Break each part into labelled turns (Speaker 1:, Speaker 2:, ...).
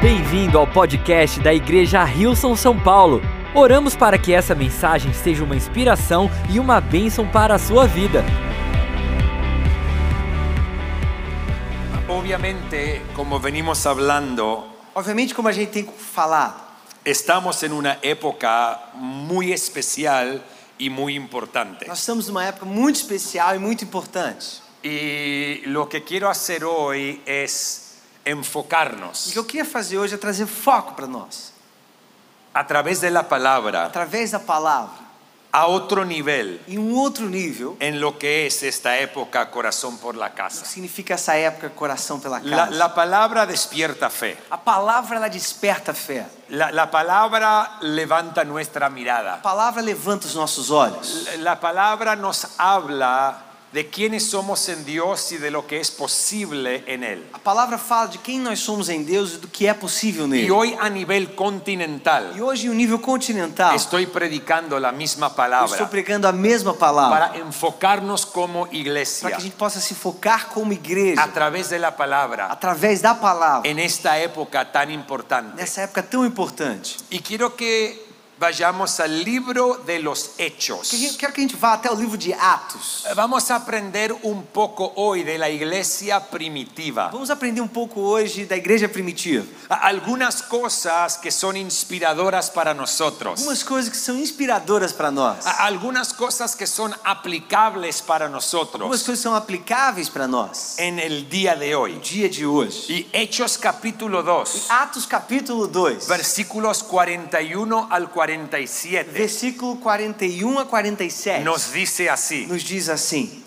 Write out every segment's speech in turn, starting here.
Speaker 1: bem-vindo ao podcast da Igreja Rilson São Paulo. Oramos para que essa mensagem seja uma inspiração e uma bênção para a sua vida.
Speaker 2: Obviamente, como venimos hablando,
Speaker 3: Obviamente, como a gente tem falado,
Speaker 2: estamos en una época muy especial y muy importante.
Speaker 3: nós estamos numa época muito especial e muito importante.
Speaker 2: Y lo que quiero hacer hoy es
Speaker 3: E o que eu
Speaker 2: enfocarnos
Speaker 3: queria fazer hoje é trazer foco para nós,
Speaker 2: a través de la palabra
Speaker 3: através da palavra,
Speaker 2: a otro nivel
Speaker 3: em um outro nível,
Speaker 2: en lo que es esta época corazón por la
Speaker 3: o que
Speaker 2: casa.
Speaker 3: significa essa época coração pela
Speaker 2: La,
Speaker 3: casa.
Speaker 2: la palabra despierta fe.
Speaker 3: A palavra ela desperta a fé.
Speaker 2: La, la palabra levanta nuestra
Speaker 3: A
Speaker 2: mirada.
Speaker 3: palavra levanta os nossos olhos.
Speaker 2: La- La palabra nos habla de quiénes somos en Dios y de lo que es posible en Él.
Speaker 3: A palavra fala de quem nós somos em Deus e do que é possível
Speaker 2: Y
Speaker 3: nele.
Speaker 2: hoy a nivel
Speaker 3: E
Speaker 2: continental
Speaker 3: hoje, em um nível continental,
Speaker 2: estoy predicando la misma
Speaker 3: eu estou
Speaker 2: palabra
Speaker 3: pregando a mesma palavra
Speaker 2: para enfocarnos como
Speaker 3: para que
Speaker 2: iglesia
Speaker 3: a gente possa se focar como igreja
Speaker 2: a través de la palabra
Speaker 3: através da palavra
Speaker 2: en esta época tan importante.
Speaker 3: nessa época tão importante.
Speaker 2: Y quiero que vayamos al libro de los
Speaker 3: Que a gente-
Speaker 2: Hechos.
Speaker 3: Quero que a gente vá até o livro de Atos.
Speaker 2: Vamos a aprender un poco hoy de la iglesia primitiva.
Speaker 3: Vamos aprender um pouco hoje da igreja primitiva.
Speaker 2: A- Algunas cosas que son inspiradoras para nosotros.
Speaker 3: Algumas coisas que são inspiradoras para nós.
Speaker 2: A- Algunas cosas que son aplicables para
Speaker 3: Algumas
Speaker 2: nosotros
Speaker 3: coisas que são aplicáveis para nós.
Speaker 2: en el día de hoy.
Speaker 3: No dia de hoje.
Speaker 2: Y Hechos capítulo 2,
Speaker 3: Atos capítulo 2,
Speaker 2: versículos 41 al 47,
Speaker 3: versículo 41 a 47.
Speaker 2: nos dice así.
Speaker 3: nos diz assim: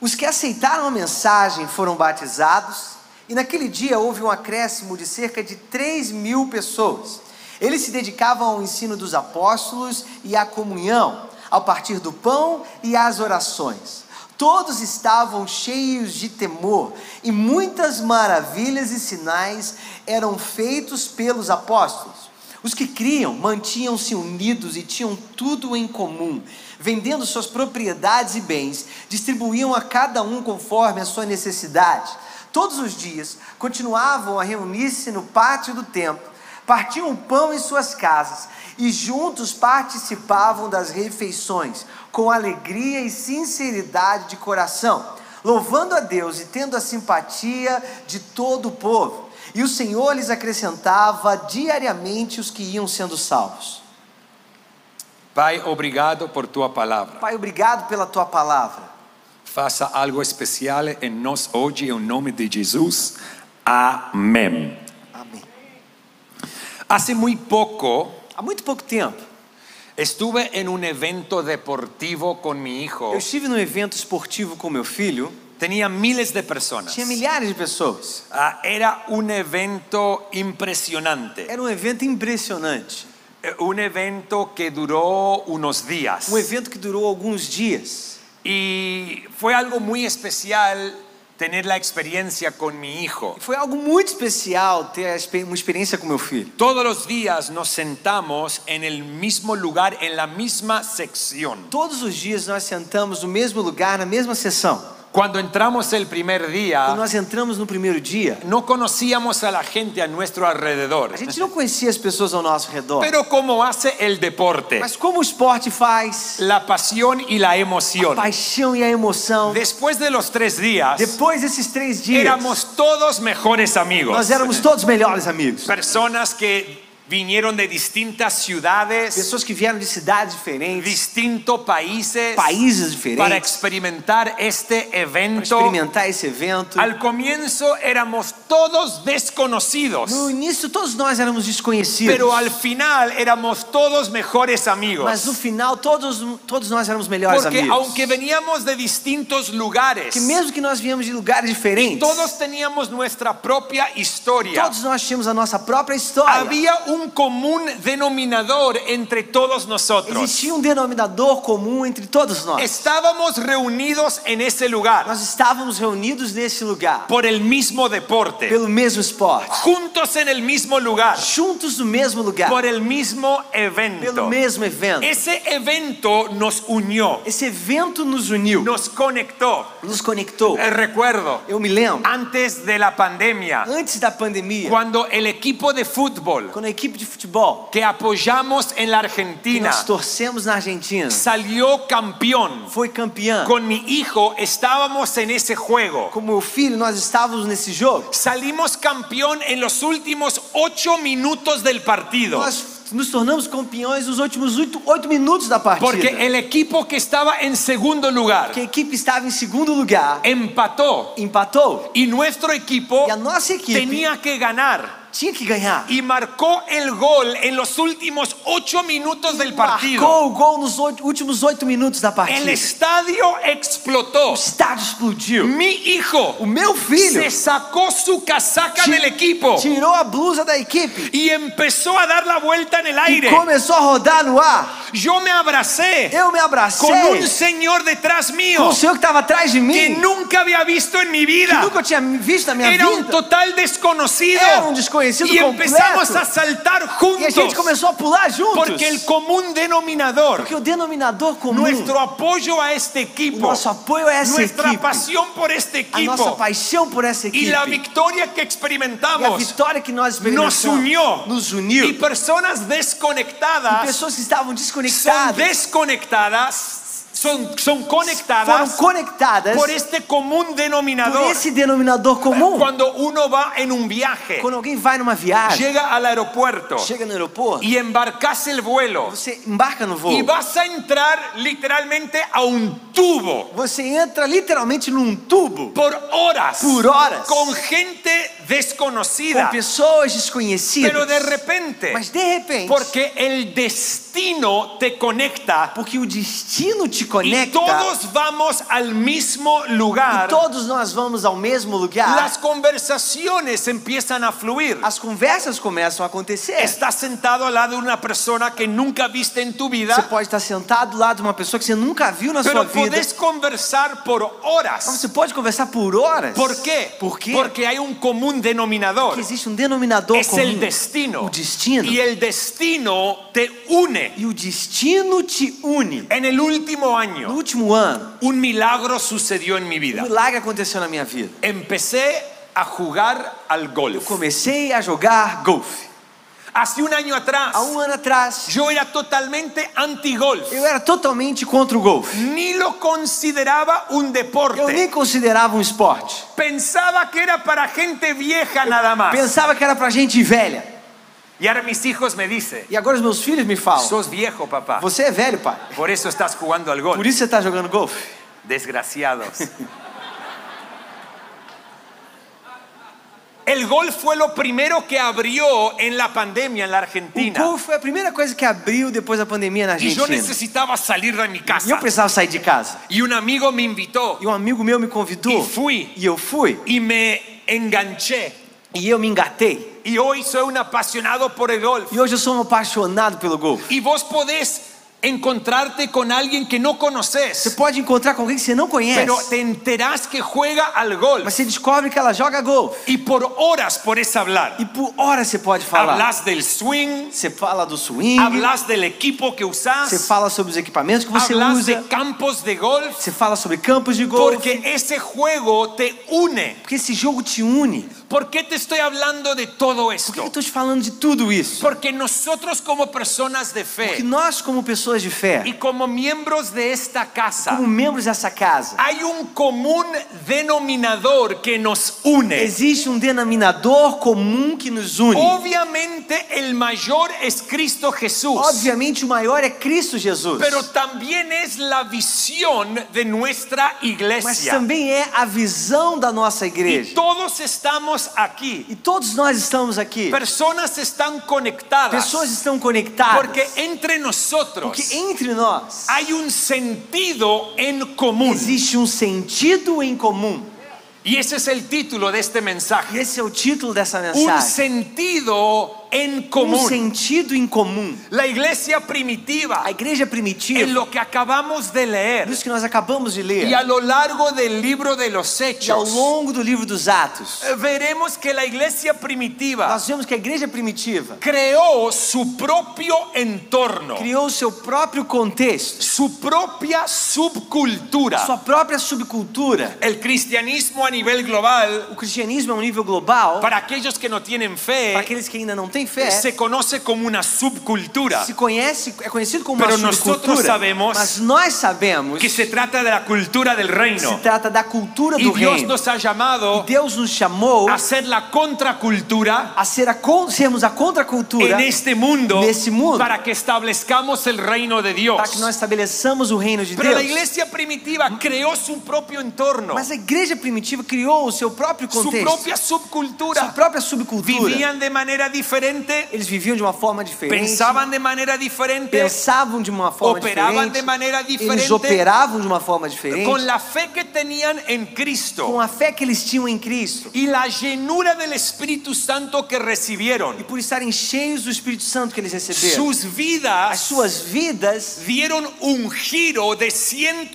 Speaker 3: Os que aceitaram a mensagem foram batizados, e naquele dia houve um acréscimo de cerca de 3 mil pessoas. Eles se dedicavam ao ensino dos apóstolos e à comunhão, ao partir do pão e às orações. Todos estavam cheios de temor, e muitas maravilhas e sinais eram feitos pelos apóstolos. Os que criam mantinham-se unidos e tinham tudo em comum. Vendendo suas propriedades e bens, distribuíam a cada um conforme a sua necessidade. Todos os dias continuavam a reunir-se no pátio do templo, partiam o pão em suas casas e juntos participavam das refeições com alegria e sinceridade de coração, louvando a Deus e tendo a simpatia de todo o povo. E o Senhor lhes acrescentava diariamente os que iam sendo salvos.
Speaker 2: Pai, obrigado por tu palavra.
Speaker 3: Pai, obrigado pela tua palavra.
Speaker 2: Faça algo especial em nós hoje, em nome de Jesus. Amém.
Speaker 3: Amém.
Speaker 2: Hace muy poco
Speaker 3: Há muito pouco tempo,
Speaker 2: estuve en un evento deportivo con mi hijo.
Speaker 3: eu estive num evento esportivo com meu filho.
Speaker 2: Tenía miles de personas.
Speaker 3: Tinha milhares de pessoas.
Speaker 2: Ah, era un evento impresionante.
Speaker 3: Era um evento impressionante.
Speaker 2: Eh, Un evento que duró unos días.
Speaker 3: Um evento que durou alguns dias.
Speaker 2: Y fue algo muy especial tener la experiencia con mi hijo.
Speaker 3: Foi algo muito especial ter a exper- uma experiência com meu filho.
Speaker 2: Todos los días nos sentamos en el mismo lugar, en la misma sección.
Speaker 3: Todos os dias nós sentamos no mesmo lugar, na mesma sessão.
Speaker 2: Cuando entramos el primer
Speaker 3: Quando
Speaker 2: día,
Speaker 3: nós entramos no primeiro dia,
Speaker 2: no conocíamos a la gente a nuestro alrededor.
Speaker 3: a gente não conhecia as pessoas ao nosso redor.
Speaker 2: Pero como hace el deporte,
Speaker 3: Mas como o esporte faz,
Speaker 2: la pasión y la
Speaker 3: a
Speaker 2: emoción.
Speaker 3: paixão e a emoção.
Speaker 2: Después de los tres días,
Speaker 3: Depois desses três
Speaker 2: é
Speaker 3: dias,
Speaker 2: éramos todos mejores amigos.
Speaker 3: nós éramos todos melhores amigos.
Speaker 2: Personas que vinieron de distintas ciudades,
Speaker 3: Pessoas que vieram de cidades diferentes,
Speaker 2: distintos países,
Speaker 3: países
Speaker 2: para
Speaker 3: diferentes,
Speaker 2: experimentar este
Speaker 3: para
Speaker 2: evento.
Speaker 3: experimentar esse evento.
Speaker 2: Al comienzo éramos todos desconocidos,
Speaker 3: No início todos nós éramos desconhecidos,
Speaker 2: pero al final éramos todos mejores
Speaker 3: mas no
Speaker 2: amigos.
Speaker 3: final todos, todos nós éramos melhores
Speaker 2: Porque
Speaker 3: amigos.
Speaker 2: aunque veníamos de distintos lugares,
Speaker 3: Que mesmo que nós viemos de lugares diferentes,
Speaker 2: todos teníamos nuestra propia historia.
Speaker 3: todos nós tínhamos a nossa própria história.
Speaker 2: Había un un común denominador entre todos nosotros.
Speaker 3: Existia um denominador comum entre todos nós.
Speaker 2: Estábamos reunidos en ese lugar
Speaker 3: Nós estávamos reunidos nesse lugar,
Speaker 2: por el mismo deporte,
Speaker 3: pelo mesmo esporte,
Speaker 2: juntos en el mismo lugar,
Speaker 3: juntos no mesmo lugar,
Speaker 2: por el mismo
Speaker 3: pelo
Speaker 2: evento.
Speaker 3: mesmo evento.
Speaker 2: Ese evento nos unió,
Speaker 3: Esse evento nos uniu,
Speaker 2: nos conectó.
Speaker 3: nos conectou.
Speaker 2: Eh, Recuerdo,
Speaker 3: Eu me lembro,
Speaker 2: antes de la pandemia,
Speaker 3: antes da pandemia,
Speaker 2: cuando el equipo de fútbol
Speaker 3: quando a equipe de futebol
Speaker 2: que apoyamos en la
Speaker 3: que
Speaker 2: Argentina
Speaker 3: nós torcemos na Argentina
Speaker 2: salió campeón.
Speaker 3: foi campeã.
Speaker 2: Con mi hijo estábamos en ese juego.
Speaker 3: Com meu filho, nós estávamos nesse jogo.
Speaker 2: Salimos campeón en los últimos ocho minutos del partido.
Speaker 3: Nós nos tornamos campeões nos últimos oito, oito minutos da partida.
Speaker 2: Porque el equipo que estaba en segundo lugar
Speaker 3: Porque a equipe estava em segundo lugar,
Speaker 2: empató.
Speaker 3: empatou
Speaker 2: Y nuestro equipo
Speaker 3: e a nossa equipe
Speaker 2: tenía que ganar.
Speaker 3: tinha que ganhar.
Speaker 2: Y marcó el gol en los últimos ocho minutos del partido.
Speaker 3: Marcou o gol nos oito- últimos oito minutos da
Speaker 2: El
Speaker 3: partida.
Speaker 2: estadio explotó.
Speaker 3: O estádio explodiu.
Speaker 2: Mi hijo
Speaker 3: O meu filho
Speaker 2: se sacó su casaca
Speaker 3: ti-
Speaker 2: del é equipo
Speaker 3: tirou a blusa da equipe
Speaker 2: y empezó a dar la vuelta en el
Speaker 3: e
Speaker 2: aire.
Speaker 3: começou a rodar no ar.
Speaker 2: Yo me abracé
Speaker 3: Eu me abracei
Speaker 2: con un
Speaker 3: com
Speaker 2: señor detrás mío
Speaker 3: o senhor que estava atrás de
Speaker 2: que
Speaker 3: mim,
Speaker 2: nunca había visto en mi
Speaker 3: que
Speaker 2: vida.
Speaker 3: nunca eu tinha visto na minha
Speaker 2: Era un
Speaker 3: vida.
Speaker 2: total desconocido.
Speaker 3: Era um desconhecido
Speaker 2: Y empezamos
Speaker 3: completo.
Speaker 2: a saltar
Speaker 3: E a gente
Speaker 2: juntos.
Speaker 3: começou a pular juntos.
Speaker 2: Porque el común denominador,
Speaker 3: Porque o denominador comum,
Speaker 2: nuestro apoyo a este
Speaker 3: o
Speaker 2: equipo,
Speaker 3: nosso apoio a essa
Speaker 2: nuestra
Speaker 3: equipe,
Speaker 2: pasión por este
Speaker 3: a este nossa
Speaker 2: equipo
Speaker 3: paixão por essa
Speaker 2: y
Speaker 3: equipe,
Speaker 2: la victoria que
Speaker 3: e a
Speaker 2: experimentamos
Speaker 3: vitória que nós
Speaker 2: nos
Speaker 3: experimentamos,
Speaker 2: unió.
Speaker 3: nos
Speaker 2: Y
Speaker 3: uniu.
Speaker 2: personas desconectadas
Speaker 3: Pessoas que estavam
Speaker 2: son
Speaker 3: desconectadas
Speaker 2: desconectadas, son, son
Speaker 3: foram
Speaker 2: conectadas
Speaker 3: conectadas
Speaker 2: por este común
Speaker 3: por
Speaker 2: denominador.
Speaker 3: esse denominador comum.
Speaker 2: Cuando uno va en un viaje,
Speaker 3: Quando alguém vai numa viagem,
Speaker 2: llega al aeropuerto
Speaker 3: chega no aeroporto,
Speaker 2: y embarcas el vuelo
Speaker 3: você embarca no voo.
Speaker 2: y vas a entrar literalmente a un tubo
Speaker 3: Você entra literalmente num tubo
Speaker 2: por horas,
Speaker 3: Por horas.
Speaker 2: con gente
Speaker 3: com
Speaker 2: desconocida,
Speaker 3: pessoas desconhecidas.
Speaker 2: pero de repente,
Speaker 3: Mas de repente,
Speaker 2: porque el destino te conecta
Speaker 3: porque o destino te
Speaker 2: y
Speaker 3: conecta
Speaker 2: todos vamos al mismo
Speaker 3: e
Speaker 2: lugar,
Speaker 3: todos nós vamos ao mesmo lugar,
Speaker 2: las conversaciones empiezan a fluir.
Speaker 3: as conversas começam a acontecer.
Speaker 2: Estás sentado al lado de una persona que nunca viste en tu
Speaker 3: Você
Speaker 2: vida,
Speaker 3: pode estar sentado lá de uma pessoa que você nunca viu na sua
Speaker 2: pero
Speaker 3: vida.
Speaker 2: podés conversar por
Speaker 3: Mas
Speaker 2: horas.
Speaker 3: você pode conversar por horas.
Speaker 2: ¿Por qué?
Speaker 3: Pues, Por quê?
Speaker 2: Porque hay un común denominador.
Speaker 3: Porque existe um denominador
Speaker 2: Es
Speaker 3: comum.
Speaker 2: el destino.
Speaker 3: O destino.
Speaker 2: Y el destino te une.
Speaker 3: E o destino te une.
Speaker 2: En el último
Speaker 3: No
Speaker 2: año,
Speaker 3: último ano,
Speaker 2: un milagro sucedió en mi
Speaker 3: um
Speaker 2: vida.
Speaker 3: milagre aconteceu na minha vida.
Speaker 2: Empecé a jugar al golf.
Speaker 3: Comecei a jogar golfe.
Speaker 2: Hace un año atrás,
Speaker 3: Há um ano atrás,
Speaker 2: yo era totalmente anti-golf.
Speaker 3: eu era totalmente contra o golfe.
Speaker 2: Ni lo consideraba un
Speaker 3: Eu nem
Speaker 2: deporte.
Speaker 3: considerava um esporte.
Speaker 2: Pensaba que era para gente vieja nada más.
Speaker 3: Pensava que era pra gente velha.
Speaker 2: Y ahora mis hijos me dicen,
Speaker 3: E agora os meus filhos me falam:
Speaker 2: sos viejo papá,
Speaker 3: Você é velho, pai.
Speaker 2: por eso estás jugando al
Speaker 3: Por
Speaker 2: golf.
Speaker 3: isso você tá jogando golfe.
Speaker 2: Desgraciados. El golf fue lo primero que abrió en la pandemia en la
Speaker 3: O
Speaker 2: Argentina.
Speaker 3: golfe foi a primeira coisa que abriu depois da pandemia na
Speaker 2: Y yo
Speaker 3: Argentina.
Speaker 2: necesitaba salir de mi
Speaker 3: E eu
Speaker 2: casa.
Speaker 3: precisava sair de casa.
Speaker 2: Y un amigo me invitó
Speaker 3: E um amigo meu me convidou.
Speaker 2: E fui.
Speaker 3: E eu fui.
Speaker 2: y me enganché.
Speaker 3: E eu me engatei.
Speaker 2: Y hoy soy un apasionado por el golf.
Speaker 3: E hoje eu sou um apaixonado pelo golfe.
Speaker 2: Y vos podés encontrarte con alguien que no
Speaker 3: Você
Speaker 2: conoces,
Speaker 3: pode encontrar com alguém que você não conhece.
Speaker 2: pero te enterás que juega al golf
Speaker 3: Mas você descobre que ela joga golfe.
Speaker 2: y por horas podés hablar.
Speaker 3: E por horas você pode falar.
Speaker 2: Hablas del swing,
Speaker 3: Você fala do swing.
Speaker 2: hablas del equipo que
Speaker 3: Você
Speaker 2: usás,
Speaker 3: fala sobre os equipamentos que você
Speaker 2: hablas
Speaker 3: pues, usa.
Speaker 2: de campos de golf,
Speaker 3: Você fala sobre campos de golfe.
Speaker 2: porque ese juego te une.
Speaker 3: Porque esse jogo te une.
Speaker 2: ¿Por qué te estoy hablando de todo
Speaker 3: Por que eu
Speaker 2: esto?
Speaker 3: estou te falando de tudo isso?
Speaker 2: Porque nosotros como personas de
Speaker 3: Porque
Speaker 2: fe
Speaker 3: nós, como pessoas de
Speaker 2: y
Speaker 3: fé,
Speaker 2: como miembros de esta casa,
Speaker 3: como membros dessa casa,
Speaker 2: hay un común denominador que nos une.
Speaker 3: existe um denominador comum que nos une.
Speaker 2: Obviamente el mayor es Cristo Jesús,
Speaker 3: Obviamente, o maior é Cristo Jesus.
Speaker 2: pero también es la visión de nuestra
Speaker 3: Mas
Speaker 2: iglesia.
Speaker 3: também é a visão da nossa
Speaker 2: Y
Speaker 3: igreja.
Speaker 2: todos estamos aquí.
Speaker 3: E todos nós estamos aqui.
Speaker 2: Personas están conectadas
Speaker 3: Pessoas estão conectadas.
Speaker 2: porque entre nosotros
Speaker 3: Porque entre nós
Speaker 2: hay un sentido en común.
Speaker 3: existe um sentido em comum.
Speaker 2: Y ese es el título de este
Speaker 3: E
Speaker 2: mensaje. Um
Speaker 3: esse é o título dessa
Speaker 2: Un
Speaker 3: mensagem.
Speaker 2: sentido en
Speaker 3: um
Speaker 2: común.
Speaker 3: sentido em comum.
Speaker 2: La iglesia primitiva,
Speaker 3: A igreja
Speaker 2: en
Speaker 3: primitiva,
Speaker 2: lo que acabamos de leer
Speaker 3: dos que nós acabamos de ler,
Speaker 2: y a lo largo del libro de los
Speaker 3: e ao
Speaker 2: hechos,
Speaker 3: longo do livro dos Atos,
Speaker 2: eh, veremos que la iglesia primitiva
Speaker 3: nós vemos que a igreja primitiva
Speaker 2: creó su propio entorno,
Speaker 3: criou o seu próprio contexto,
Speaker 2: su propia
Speaker 3: sua
Speaker 2: subcultura.
Speaker 3: própria subcultura.
Speaker 2: El cristianismo a nivel global,
Speaker 3: O cristianismo é um nível global.
Speaker 2: para aquellos que no tienen
Speaker 3: Para
Speaker 2: fe,
Speaker 3: aqueles que ainda não têm fé,
Speaker 2: se conoce como una subcultura,
Speaker 3: se conhece, é conhecido como
Speaker 2: Pero
Speaker 3: uma
Speaker 2: nosotros
Speaker 3: subcultura.
Speaker 2: sabemos
Speaker 3: mas nós sabemos
Speaker 2: que se trata de la cultura del
Speaker 3: que
Speaker 2: reino.
Speaker 3: se trata da cultura
Speaker 2: Y
Speaker 3: do
Speaker 2: Dios
Speaker 3: reino.
Speaker 2: nos ha
Speaker 3: E
Speaker 2: llamado
Speaker 3: Deus nos chamou
Speaker 2: a ser la contracultura
Speaker 3: a ser a con- sermos a contracultura
Speaker 2: en este mundo,
Speaker 3: nesse mundo.
Speaker 2: para que establezcamos el reino de
Speaker 3: para que Mm. nós
Speaker 2: Dios.
Speaker 3: estabeleçamos o reino de
Speaker 2: Pero la
Speaker 3: Deus.
Speaker 2: iglesia primitiva creó su propio entorno,
Speaker 3: Mas a igreja primitiva criou o seu próprio
Speaker 2: su
Speaker 3: contexto,
Speaker 2: propia
Speaker 3: sua
Speaker 2: subcultura.
Speaker 3: própria subcultura.
Speaker 2: Vivían de manera diferente,
Speaker 3: Eles viviam de uma forma diferente,
Speaker 2: pensaban de manera diferente,
Speaker 3: pensavam de uma forma
Speaker 2: operavam
Speaker 3: diferente,
Speaker 2: de maneira
Speaker 3: eles
Speaker 2: diferente,
Speaker 3: operavam de uma forma diferente,
Speaker 2: con la fe que tenían en
Speaker 3: com
Speaker 2: Cristo
Speaker 3: a fé que eles tinham em Cristo.
Speaker 2: y la llenura del Espíritu Santo que
Speaker 3: E
Speaker 2: recibieron.
Speaker 3: por estarem cheios do Espírito Santo que eles receberam,
Speaker 2: Sus
Speaker 3: as
Speaker 2: vidas
Speaker 3: suas vidas
Speaker 2: dieron un giro de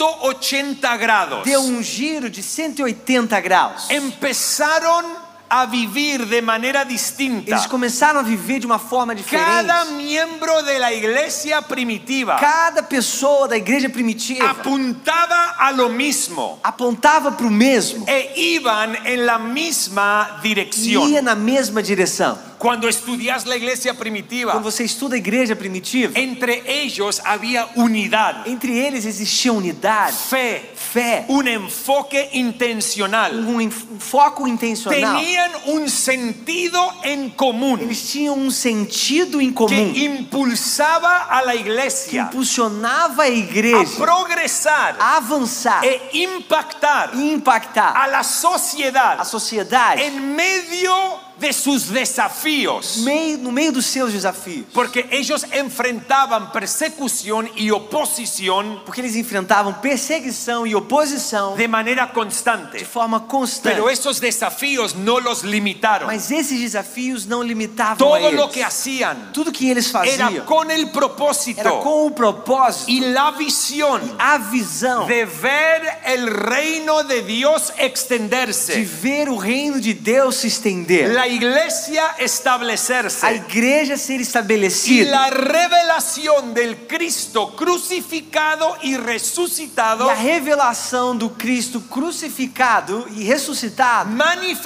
Speaker 2: 180 grados.
Speaker 3: deu um giro de 180 graus.
Speaker 2: Empezaron a vivir de manera distinta.
Speaker 3: Eles começaram a viver de uma forma diferente.
Speaker 2: Cada miembro de la iglesia primitiva
Speaker 3: Cada pessoa da igreja primitiva
Speaker 2: apuntaba a lo mismo
Speaker 3: apontava para o mesmo
Speaker 2: e iban en la misma
Speaker 3: e ia
Speaker 2: dirección.
Speaker 3: na mesma direção.
Speaker 2: Cuando estudias la iglesia primitiva,
Speaker 3: Quando você estuda a igreja primitiva,
Speaker 2: entre ellos había unidad,
Speaker 3: entre eles existia unidade,
Speaker 2: fe,
Speaker 3: fé,
Speaker 2: un enfoque intencional.
Speaker 3: um enf- um foco intencional.
Speaker 2: Tenían un sentido en común.
Speaker 3: Eles tinham um sentido em
Speaker 2: que
Speaker 3: comum que
Speaker 2: impulsava a la iglesia
Speaker 3: impulsionava a
Speaker 2: a
Speaker 3: igreja
Speaker 2: progresar
Speaker 3: a avançar e
Speaker 2: e impactar
Speaker 3: impactar
Speaker 2: a la sociedad
Speaker 3: a sociedade
Speaker 2: en medio de sus desafíos,
Speaker 3: meio- no meio dos seus desafios.
Speaker 2: porque ellos enfrentaban persecución y oposición
Speaker 3: Porque eles enfrentavam perseguição e oposição
Speaker 2: de manera
Speaker 3: de
Speaker 2: constante,
Speaker 3: forma constante.
Speaker 2: pero esos desafíos no los limitaron.
Speaker 3: Mas esses desafios não limitavam a
Speaker 2: Todo
Speaker 3: eles.
Speaker 2: lo que hacían
Speaker 3: Tudo que eles faziam
Speaker 2: era con el
Speaker 3: era
Speaker 2: propósito
Speaker 3: com o propósito,
Speaker 2: y la visión
Speaker 3: a visão
Speaker 2: de ver el reino de Dios
Speaker 3: de
Speaker 2: extenderse,
Speaker 3: ver o reino de Deus se estender,
Speaker 2: la iglesia
Speaker 3: a
Speaker 2: establecerse
Speaker 3: igreja ser
Speaker 2: y
Speaker 3: estabelecida
Speaker 2: la revelación del Cristo crucificado y
Speaker 3: e
Speaker 2: resucitado
Speaker 3: a revelação do Cristo crucificado e ressuscitado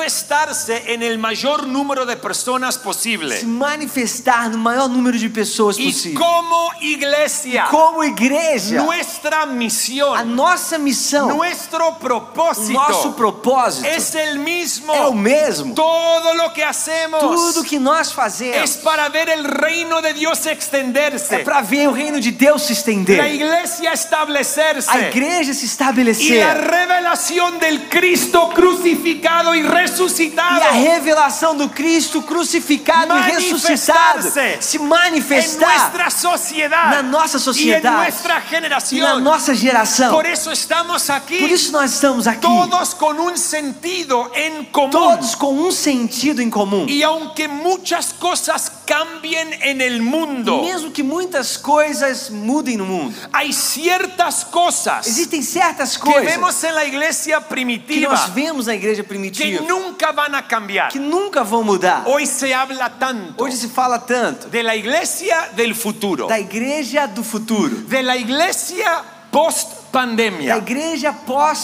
Speaker 2: manifestarse en el mayor número de personas posible.
Speaker 3: se manifestar no maior número de pessoas
Speaker 2: Y
Speaker 3: possível.
Speaker 2: como é iglesia,
Speaker 3: Como Ah, igreja,
Speaker 2: nuestra
Speaker 3: a
Speaker 2: misión,
Speaker 3: nossa
Speaker 2: é
Speaker 3: missão,
Speaker 2: nuestro
Speaker 3: o nosso
Speaker 2: propósito
Speaker 3: propósito
Speaker 2: es el
Speaker 3: é o
Speaker 2: mismo.
Speaker 3: mesmo.
Speaker 2: Todo lo que hacemos
Speaker 3: Tudo que nós
Speaker 2: es
Speaker 3: fazemos
Speaker 2: para ver el reino de Dios
Speaker 3: é
Speaker 2: extenderse,
Speaker 3: para ver o reino de Deus se
Speaker 2: la
Speaker 3: estender,
Speaker 2: iglesia establecerse
Speaker 3: a igreja se
Speaker 2: y la
Speaker 3: estabelecer
Speaker 2: revelación del Cristo crucificado y
Speaker 3: e a
Speaker 2: resucitado
Speaker 3: revelação do Cristo crucificado e ressuscitado
Speaker 2: Manifestar-se
Speaker 3: se
Speaker 2: en
Speaker 3: manifestar
Speaker 2: nuestra sociedad,
Speaker 3: na nossa
Speaker 2: y en
Speaker 3: sociedade.
Speaker 2: nuestra
Speaker 3: e na
Speaker 2: generación.
Speaker 3: nossa geração.
Speaker 2: Por eso estamos aquí,
Speaker 3: Por isso nós estamos aqui,
Speaker 2: todos con un sentido en común.
Speaker 3: todos com um sentido em comum.
Speaker 2: Y aunque muchas cosas cambien en el mundo,
Speaker 3: Mesmo que muitas coisas mudem no mundo,
Speaker 2: hay ciertas cosas
Speaker 3: existem certas
Speaker 2: que
Speaker 3: coisas
Speaker 2: vemos en la iglesia
Speaker 3: que nós
Speaker 2: primitiva
Speaker 3: vemos na igreja
Speaker 2: que
Speaker 3: primitiva
Speaker 2: nunca van a cambiar.
Speaker 3: que nunca vão mudar.
Speaker 2: Hoy se habla tanto
Speaker 3: Hoje se fala tanto
Speaker 2: de la iglesia del futuro,
Speaker 3: da igreja do futuro,
Speaker 2: de la iglesia post
Speaker 3: da
Speaker 2: pandemia.
Speaker 3: igreja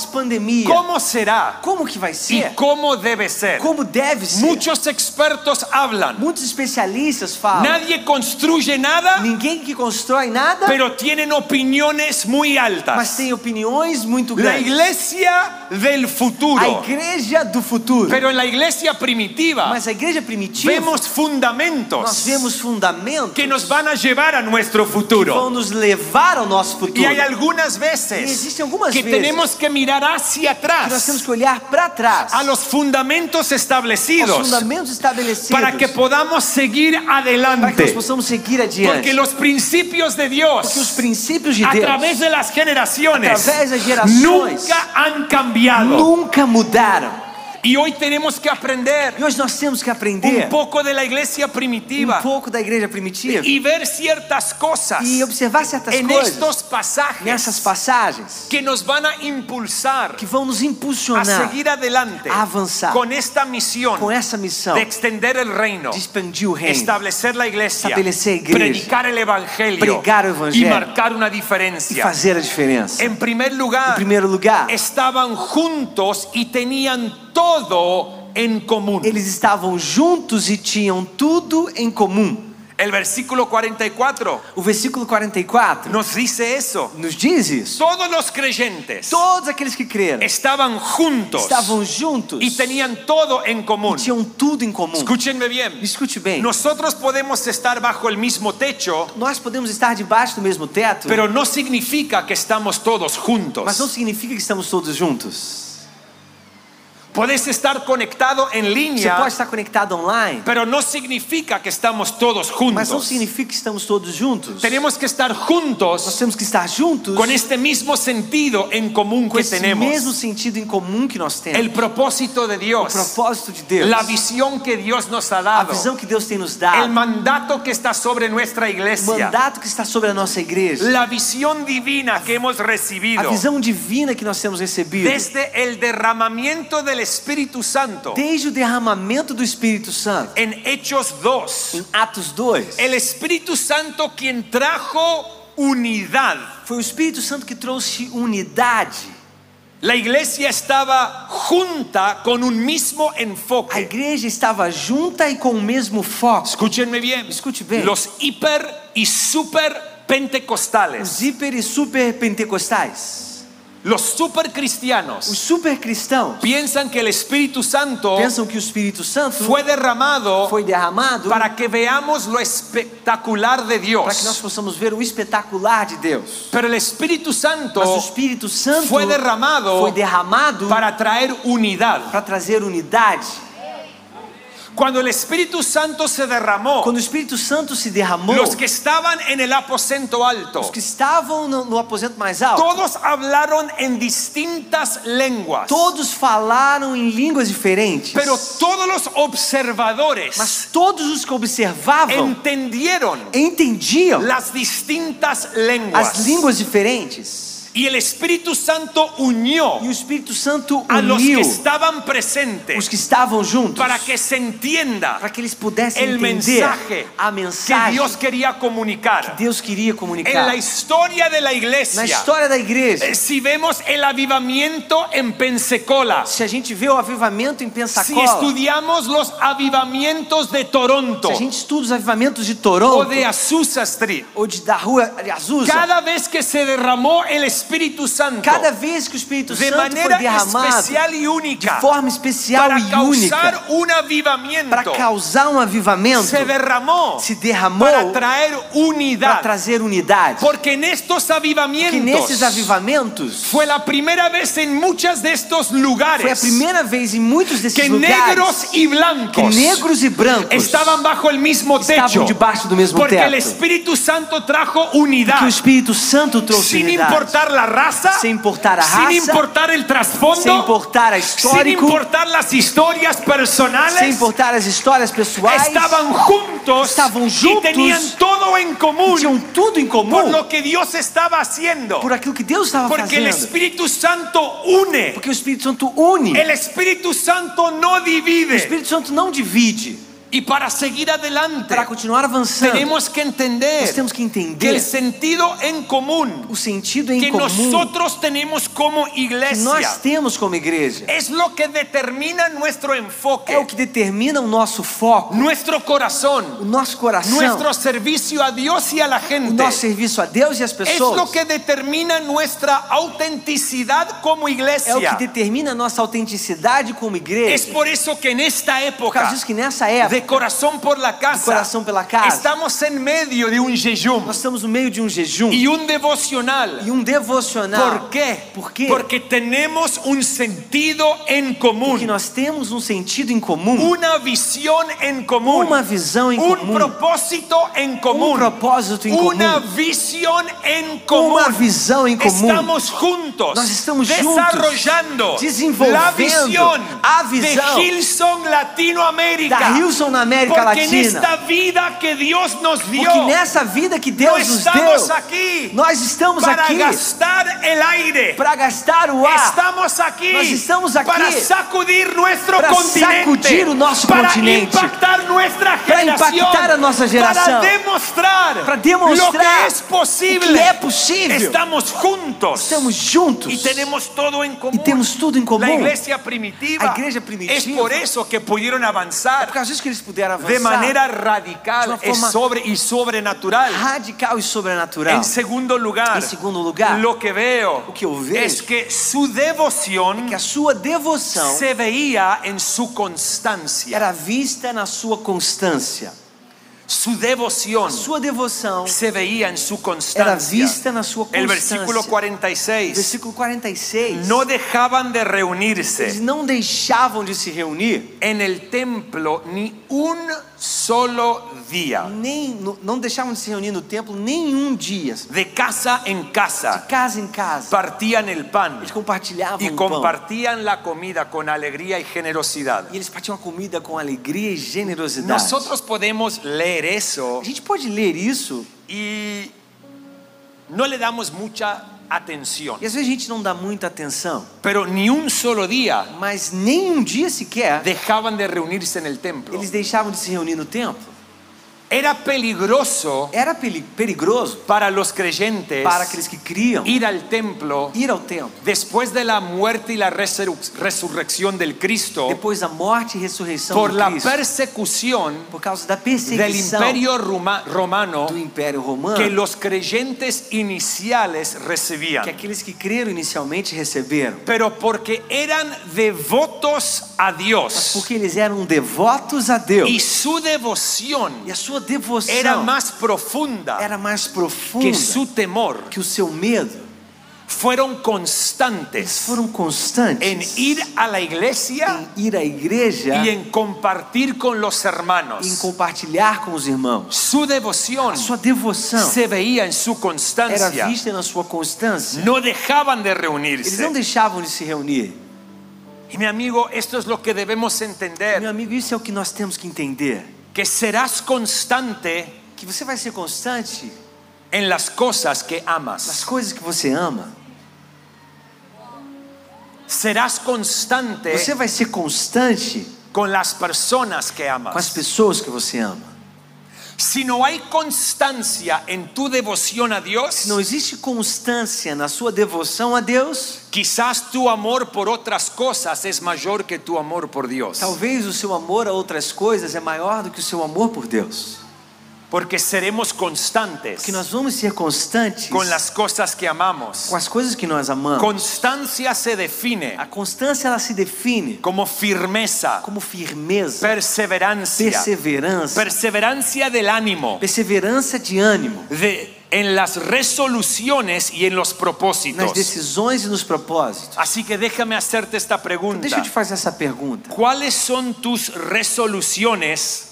Speaker 3: pós-pandemia.
Speaker 2: ¿Cómo será
Speaker 3: Como que vai
Speaker 2: y
Speaker 3: ser?
Speaker 2: cómo debe ser?
Speaker 3: Como deve ser?
Speaker 2: Muchos expertos hablan.
Speaker 3: Muitos especialistas falam.
Speaker 2: Nadie construye nada,
Speaker 3: Ninguém que constrói nada,
Speaker 2: pero tienen opiniones muy
Speaker 3: mas
Speaker 2: altas.
Speaker 3: tem opiniões muito
Speaker 2: La
Speaker 3: grandes.
Speaker 2: iglesia del
Speaker 3: A
Speaker 2: futuro.
Speaker 3: igreja do futuro.
Speaker 2: Pero en la iglesia primitiva
Speaker 3: Mas a igreja primitiva,
Speaker 2: vemos
Speaker 3: nós
Speaker 2: fundamentos
Speaker 3: vemos fundamentos
Speaker 2: que nos van a llevar a nuestro
Speaker 3: que vão
Speaker 2: futuro.
Speaker 3: nos levar ao nosso futuro.
Speaker 2: Y hay algunas
Speaker 3: E
Speaker 2: veces
Speaker 3: existem algumas
Speaker 2: que
Speaker 3: vezes
Speaker 2: tenemos que mirar hacia
Speaker 3: que nós
Speaker 2: atrás
Speaker 3: temos que olhar para trás,
Speaker 2: a los fundamentos
Speaker 3: aos
Speaker 2: establecidos
Speaker 3: fundamentos estabelecidos,
Speaker 2: para que podamos seguir
Speaker 3: para que nós
Speaker 2: adelante.
Speaker 3: possamos seguir adiante.
Speaker 2: Porque los principios de
Speaker 3: Porque os
Speaker 2: Dios
Speaker 3: princípios de
Speaker 2: a
Speaker 3: Deus
Speaker 2: través de las generaciones
Speaker 3: Através das gerações.
Speaker 2: nunca han cambiado.
Speaker 3: nunca mudaram.
Speaker 2: Y hoy tenemos que aprender
Speaker 3: E hoje nós temos que aprender
Speaker 2: un poco de la iglesia
Speaker 3: um
Speaker 2: primitiva
Speaker 3: pouco da igreja primitiva
Speaker 2: y ver ciertas cosas
Speaker 3: e observar certas
Speaker 2: en
Speaker 3: coisas
Speaker 2: estos pasajes
Speaker 3: nessas passagens
Speaker 2: que nos van a impulsar
Speaker 3: que vão nos
Speaker 2: a
Speaker 3: impulsionar
Speaker 2: seguir adelante
Speaker 3: a avanzar
Speaker 2: con esta misión
Speaker 3: com essa missão
Speaker 2: de extender el reino,
Speaker 3: de expandir o reino,
Speaker 2: establecer la iglesia,
Speaker 3: Estabelecer igreja,
Speaker 2: predicar el evangelio,
Speaker 3: pregar o
Speaker 2: y
Speaker 3: evangelho,
Speaker 2: marcar una
Speaker 3: e
Speaker 2: diferencia.
Speaker 3: fazer a diferença.
Speaker 2: En primer
Speaker 3: Em
Speaker 2: lugar,
Speaker 3: primeiro lugar,
Speaker 2: estaban juntos y tenían todo en común.
Speaker 3: eles estavam juntos e tinham tudo em comum.
Speaker 2: El versículo 44
Speaker 3: O versículo 44
Speaker 2: nos dice eso.
Speaker 3: nos diz isso.
Speaker 2: Todos los creyentes
Speaker 3: Todos aqueles que creram
Speaker 2: estaban juntos
Speaker 3: estavam juntos
Speaker 2: y tenían todo en común.
Speaker 3: tinham tudo em comum.
Speaker 2: Escúchenme bien.
Speaker 3: Escute bem.
Speaker 2: Nosotros podemos estar bajo el mismo techo,
Speaker 3: Nós podemos estar debaixo do mesmo teto,
Speaker 2: pero no significa que estamos todos
Speaker 3: mas não
Speaker 2: juntos.
Speaker 3: significa que estamos todos juntos.
Speaker 2: Puedes estar conectado en
Speaker 3: Você
Speaker 2: línea,
Speaker 3: pode estar conectado online,
Speaker 2: pero no significa que estamos todos
Speaker 3: mas não
Speaker 2: juntos.
Speaker 3: significa que estamos todos juntos.
Speaker 2: Tenemos que estar
Speaker 3: Nós
Speaker 2: juntos
Speaker 3: temos que estar juntos
Speaker 2: con este mismo sentido en común
Speaker 3: com
Speaker 2: que
Speaker 3: esse mesmo
Speaker 2: tenemos.
Speaker 3: sentido em comum que nós temos.
Speaker 2: El propósito de
Speaker 3: o
Speaker 2: Dios,
Speaker 3: propósito de Deus,
Speaker 2: la visión que Dios nos ha
Speaker 3: a
Speaker 2: dado,
Speaker 3: visão que Deus tem nos
Speaker 2: el
Speaker 3: dado,
Speaker 2: mandato que está sobre nuestra
Speaker 3: o
Speaker 2: iglesia,
Speaker 3: mandato que está sobre a nossa igreja,
Speaker 2: la visión divina que hemos
Speaker 3: a
Speaker 2: recibido
Speaker 3: visão divina que nós temos recebido,
Speaker 2: desde el derramamiento del Espíritu Santo
Speaker 3: desde o derramamento do Espírito Santo,
Speaker 2: en Hechos 2.
Speaker 3: em Atos 2,
Speaker 2: El Espíritu Santo quien trajo unidad.
Speaker 3: foi o Espírito Santo que trouxe unidade.
Speaker 2: La iglesia estaba junta con un mismo
Speaker 3: A
Speaker 2: enfoque.
Speaker 3: igreja estava junta e com o mesmo foco.
Speaker 2: Escúchenme bien.
Speaker 3: Escuche bien.
Speaker 2: Los hiper y super pentecostales,
Speaker 3: Os hiper e super pentecostais,
Speaker 2: los super cristianos,
Speaker 3: os super cristãos,
Speaker 2: piensan que el Espíritu Santo
Speaker 3: pensam que o Espírito Santo
Speaker 2: fue derramado
Speaker 3: foi derramado para
Speaker 2: para que veamos lo espectacular de
Speaker 3: que nós
Speaker 2: Dios.
Speaker 3: possamos ver o espetacular de Deus.
Speaker 2: Pero el Espíritu
Speaker 3: Mas o
Speaker 2: Santo
Speaker 3: Espírito Santo
Speaker 2: foi derramado
Speaker 3: foi derramado
Speaker 2: para traer unidad.
Speaker 3: para trazer unidade.
Speaker 2: Cuando el Espíritu Santo se derramó,
Speaker 3: Quando o Espírito Santo se derramou,
Speaker 2: los que estaban en el aposento alto,
Speaker 3: os que estavam no, no aposento mais alto,
Speaker 2: todos hablaron en distintas lenguas.
Speaker 3: todos falaram em línguas diferentes.
Speaker 2: Pero todos los observadores
Speaker 3: mas todos os que observavam
Speaker 2: entendieron
Speaker 3: entendiam
Speaker 2: las distintas
Speaker 3: as
Speaker 2: lenguas.
Speaker 3: línguas diferentes.
Speaker 2: Y el Espíritu Santo unió
Speaker 3: E o Espírito Santo
Speaker 2: a los que
Speaker 3: uniu
Speaker 2: estaban
Speaker 3: os
Speaker 2: presentes
Speaker 3: que estavam juntos
Speaker 2: para que se entienda
Speaker 3: para que eles pudessem
Speaker 2: el
Speaker 3: entender
Speaker 2: mensaje
Speaker 3: a
Speaker 2: que
Speaker 3: mensagem
Speaker 2: Dios quería comunicar.
Speaker 3: que Deus queria
Speaker 2: En
Speaker 3: comunicar.
Speaker 2: la historia de la
Speaker 3: Na
Speaker 2: iglesia,
Speaker 3: história da igreja,
Speaker 2: eh, si vemos el avivamiento en Pensacola,
Speaker 3: se a gente vê o avivamento em
Speaker 2: si
Speaker 3: Pensacola,
Speaker 2: estudiamos los avivamientos de
Speaker 3: se
Speaker 2: Toronto
Speaker 3: a gente estuda os avivamentos de
Speaker 2: o
Speaker 3: Toronto
Speaker 2: de Azusa Street,
Speaker 3: ou de, da rua Azusa,
Speaker 2: cada vez que se derramó el Espíritu Santo
Speaker 3: cada vez que o Espírito
Speaker 2: de
Speaker 3: Santo foi
Speaker 2: manera
Speaker 3: derramado
Speaker 2: especial y
Speaker 3: de
Speaker 2: única
Speaker 3: forma especial
Speaker 2: para
Speaker 3: e única
Speaker 2: causar un
Speaker 3: para
Speaker 2: avivamiento,
Speaker 3: causar um avivamento,
Speaker 2: se derramó
Speaker 3: se derramou
Speaker 2: para traer
Speaker 3: para
Speaker 2: unidad.
Speaker 3: trazer unidade.
Speaker 2: Porque en estos
Speaker 3: Porque nesses
Speaker 2: avivamientos
Speaker 3: avivamentos
Speaker 2: fue la primera vez en muchas de estos
Speaker 3: foi a
Speaker 2: lugares
Speaker 3: primeira vez em muitos desses
Speaker 2: que negros
Speaker 3: lugares
Speaker 2: y
Speaker 3: que
Speaker 2: blancos
Speaker 3: negros e brancos
Speaker 2: estaban bajo el mismo techo.
Speaker 3: estavam debaixo do mesmo
Speaker 2: Porque el
Speaker 3: teto.
Speaker 2: Espíritu Santo trajo
Speaker 3: Que o
Speaker 2: unidad.
Speaker 3: Espírito Santo trouxe
Speaker 2: Sin
Speaker 3: unidade.
Speaker 2: importar la raza,
Speaker 3: Sem importar a raça,
Speaker 2: sin importar el
Speaker 3: Sem
Speaker 2: trasfondo,
Speaker 3: importar a
Speaker 2: sin
Speaker 3: histórico,
Speaker 2: importar las historias
Speaker 3: sem
Speaker 2: personales,
Speaker 3: importar as histórias pessoais,
Speaker 2: estaban juntos,
Speaker 3: Estavam
Speaker 2: y
Speaker 3: juntos.
Speaker 2: tenían todo en común
Speaker 3: tinham tudo em
Speaker 2: por
Speaker 3: comum
Speaker 2: lo que Dios estaba haciendo.
Speaker 3: por aquilo que Deus estava
Speaker 2: Porque el
Speaker 3: fazendo.
Speaker 2: Espíritu Santo une.
Speaker 3: Porque o Espírito Santo une.
Speaker 2: El Espíritu Santo no
Speaker 3: O
Speaker 2: divide.
Speaker 3: Espírito Santo não divide.
Speaker 2: Y para seguir adelante,
Speaker 3: Para continuar avançando,
Speaker 2: tenemos que
Speaker 3: nós
Speaker 2: entender
Speaker 3: temos que
Speaker 2: que el
Speaker 3: entender
Speaker 2: sentido en común
Speaker 3: o sentido em
Speaker 2: que
Speaker 3: comum
Speaker 2: nosotros tenemos como
Speaker 3: que
Speaker 2: iglesia
Speaker 3: nós temos como igreja.
Speaker 2: es lo que determina nuestro
Speaker 3: É o
Speaker 2: enfoque,
Speaker 3: que determina o nosso foco,
Speaker 2: nuestro corazón,
Speaker 3: o nosso coração,
Speaker 2: nuestro servicio a Dios y a la
Speaker 3: o
Speaker 2: gente.
Speaker 3: nosso serviço a Deus e às
Speaker 2: Es lo
Speaker 3: pessoas.
Speaker 2: É que determina nuestra autenticidad como
Speaker 3: É o que
Speaker 2: iglesia.
Speaker 3: determina a nossa autenticidade como
Speaker 2: Es
Speaker 3: igreja.
Speaker 2: por eso que en esta
Speaker 3: Por
Speaker 2: época
Speaker 3: causa disso que nessa
Speaker 2: de de corazón por la casa.
Speaker 3: corazón pela casa.
Speaker 2: Estamos en medio de un yeyum
Speaker 3: Nós estamos no meio de um jejum
Speaker 2: y un devocional.
Speaker 3: e um devocional.
Speaker 2: ¿Por qué?
Speaker 3: Por quê?
Speaker 2: Porque tenemos un sentido en común,
Speaker 3: Porque nós temos um sentido em comum,
Speaker 2: una visión en común,
Speaker 3: uma visão em
Speaker 2: un
Speaker 3: comum,
Speaker 2: propósito en común,
Speaker 3: um propósito em comum,
Speaker 2: una visión en común.
Speaker 3: uma visão em comum.
Speaker 2: Estamos juntos
Speaker 3: Nós estamos juntos,
Speaker 2: desarrollando
Speaker 3: desenvolvendo
Speaker 2: la visión
Speaker 3: a visão
Speaker 2: de Hilson Latinoamérica.
Speaker 3: da Hilson na América
Speaker 2: Porque en esta
Speaker 3: Latina.
Speaker 2: vida que Dios nos dio,
Speaker 3: Porque nessa vida que
Speaker 2: no
Speaker 3: Deus nos
Speaker 2: estamos
Speaker 3: deu,
Speaker 2: aquí
Speaker 3: nós estamos
Speaker 2: para
Speaker 3: aqui
Speaker 2: gastar el aire.
Speaker 3: para gastar o ar,
Speaker 2: Estamos aquí,
Speaker 3: Nós estamos aqui
Speaker 2: para sacudir nuestro
Speaker 3: para
Speaker 2: continente,
Speaker 3: sacudir o nosso
Speaker 2: para
Speaker 3: continente,
Speaker 2: impactar nuestra
Speaker 3: para
Speaker 2: generación,
Speaker 3: impactar a nossa geração,
Speaker 2: para demonstrar,
Speaker 3: para demonstrar
Speaker 2: lo que es
Speaker 3: o
Speaker 2: posible.
Speaker 3: que é possível.
Speaker 2: Estamos juntos
Speaker 3: Estamos juntos
Speaker 2: y tenemos todo en común.
Speaker 3: e temos tudo em comum.
Speaker 2: La iglesia primitiva,
Speaker 3: A igreja primitiva.
Speaker 2: es por eso que pudieron
Speaker 3: É
Speaker 2: avanzar
Speaker 3: por causa disso que eles puderam avançar
Speaker 2: de manera
Speaker 3: de
Speaker 2: radical
Speaker 3: uma
Speaker 2: e
Speaker 3: forma
Speaker 2: sobre, y sobrenatural.
Speaker 3: radical e sobrenatural.
Speaker 2: En segundo lugar,
Speaker 3: Em segundo lugar,
Speaker 2: lo que veo,
Speaker 3: o que eu vejo
Speaker 2: es que su devoción
Speaker 3: Que a sua devoção
Speaker 2: se veía en su constancia.
Speaker 3: era vista na sua constância.
Speaker 2: Su devoción
Speaker 3: Sua devoção,
Speaker 2: se veía en su constancia.
Speaker 3: Era vista en su
Speaker 2: El
Speaker 3: constancia.
Speaker 2: versículo 46.
Speaker 3: versículo 46,
Speaker 2: No dejaban de
Speaker 3: eles
Speaker 2: reunirse
Speaker 3: não deixavam de se reunir,
Speaker 2: en el templo ni un solo día,
Speaker 3: nem no- não deixavam de se reunir no templo nenhum dia, de
Speaker 2: de casa en casa.
Speaker 3: casa em casa.
Speaker 2: Partían el pan
Speaker 3: Eles compartilhavam
Speaker 2: y
Speaker 3: o pão.
Speaker 2: compartían la comida con alegría y generosidad.
Speaker 3: E eles partiam a comida com alegria e generosidade.
Speaker 2: Nosotros podemos leer eso
Speaker 3: A gente pode ler isso
Speaker 2: y no le damos mucha atención.
Speaker 3: e às vezes a gente não dá muita atenção,
Speaker 2: Pero ni un solo día
Speaker 3: mas nem um dia sequer
Speaker 2: dejaban de reunirse en el templo.
Speaker 3: eles deixavam de se reunir no templo.
Speaker 2: Era peligroso
Speaker 3: Era peli- perigoso
Speaker 2: para los creyentes
Speaker 3: para aqueles que criam
Speaker 2: ir al templo
Speaker 3: ir ao templo.
Speaker 2: después de la muerte y la resurrec- resurrección del Cristo
Speaker 3: Depois da morte e ressurreição
Speaker 2: por
Speaker 3: de
Speaker 2: la
Speaker 3: Cristo,
Speaker 2: persecución
Speaker 3: por causa da
Speaker 2: del
Speaker 3: perseguição
Speaker 2: imperio roma- romano
Speaker 3: do Império Romano,
Speaker 2: que
Speaker 3: que,
Speaker 2: los creyentes iniciales recibían.
Speaker 3: aqueles que creram inicialmente receberam.
Speaker 2: Pero porque eran devotos a
Speaker 3: Mas
Speaker 2: Dios
Speaker 3: porque eles eram devotos a Deus.
Speaker 2: y su devoción
Speaker 3: E a sua devoção
Speaker 2: era más profunda.
Speaker 3: era mais profunda
Speaker 2: que su temor
Speaker 3: que o seu medo.
Speaker 2: fueron
Speaker 3: Eles
Speaker 2: constantes
Speaker 3: foram constantes
Speaker 2: en ir a la iglesia
Speaker 3: em ir à igreja
Speaker 2: y
Speaker 3: e
Speaker 2: en compartir con los
Speaker 3: em
Speaker 2: hermanos.
Speaker 3: compartilhar com os irmãos.
Speaker 2: Su devoción
Speaker 3: A sua devoção
Speaker 2: se veía en su
Speaker 3: era
Speaker 2: constancia.
Speaker 3: vista na sua constância.
Speaker 2: No dejaban de
Speaker 3: Eles não
Speaker 2: reunirse.
Speaker 3: deixavam de se reunir.
Speaker 2: Y mi amigo, esto es lo que debemos
Speaker 3: Meu
Speaker 2: entender,
Speaker 3: amigo, isso é o que nós temos que entender.
Speaker 2: que serás constante
Speaker 3: Que você vai ser constante
Speaker 2: en las cosas que
Speaker 3: nas
Speaker 2: amas.
Speaker 3: coisas que você ama.
Speaker 2: Serás constante
Speaker 3: Você vai ser constante
Speaker 2: con las personas que
Speaker 3: com as
Speaker 2: amas.
Speaker 3: pessoas que você ama.
Speaker 2: Si no hay constancia en tu devoción a Dios,
Speaker 3: Se não existe constância na sua devoção a Deus,
Speaker 2: Quizás tu amor por otras cosas es mayor que tu amor por Dios.
Speaker 3: talvez o seu amor a outras coisas é maior do que o seu amor por Deus.
Speaker 2: Porque seremos constantes
Speaker 3: Porque nós vamos ser constantes
Speaker 2: con las cosas que amamos.
Speaker 3: com as coisas que nós amamos.
Speaker 2: Constancia se define
Speaker 3: A constância ela se define
Speaker 2: como firmeza,
Speaker 3: como firmeza,
Speaker 2: perseverancia,
Speaker 3: perseverança,
Speaker 2: perseverancia del ánimo
Speaker 3: perseverança de ânimo
Speaker 2: de- en las resoluciones y en los
Speaker 3: nas
Speaker 2: propósitos.
Speaker 3: decisões e nos propósitos.
Speaker 2: Así que déjame hacerte esta
Speaker 3: Então, Deixa
Speaker 2: pregunta.
Speaker 3: eu te fazer essa pergunta.
Speaker 2: ¿Cuáles son tus resoluciones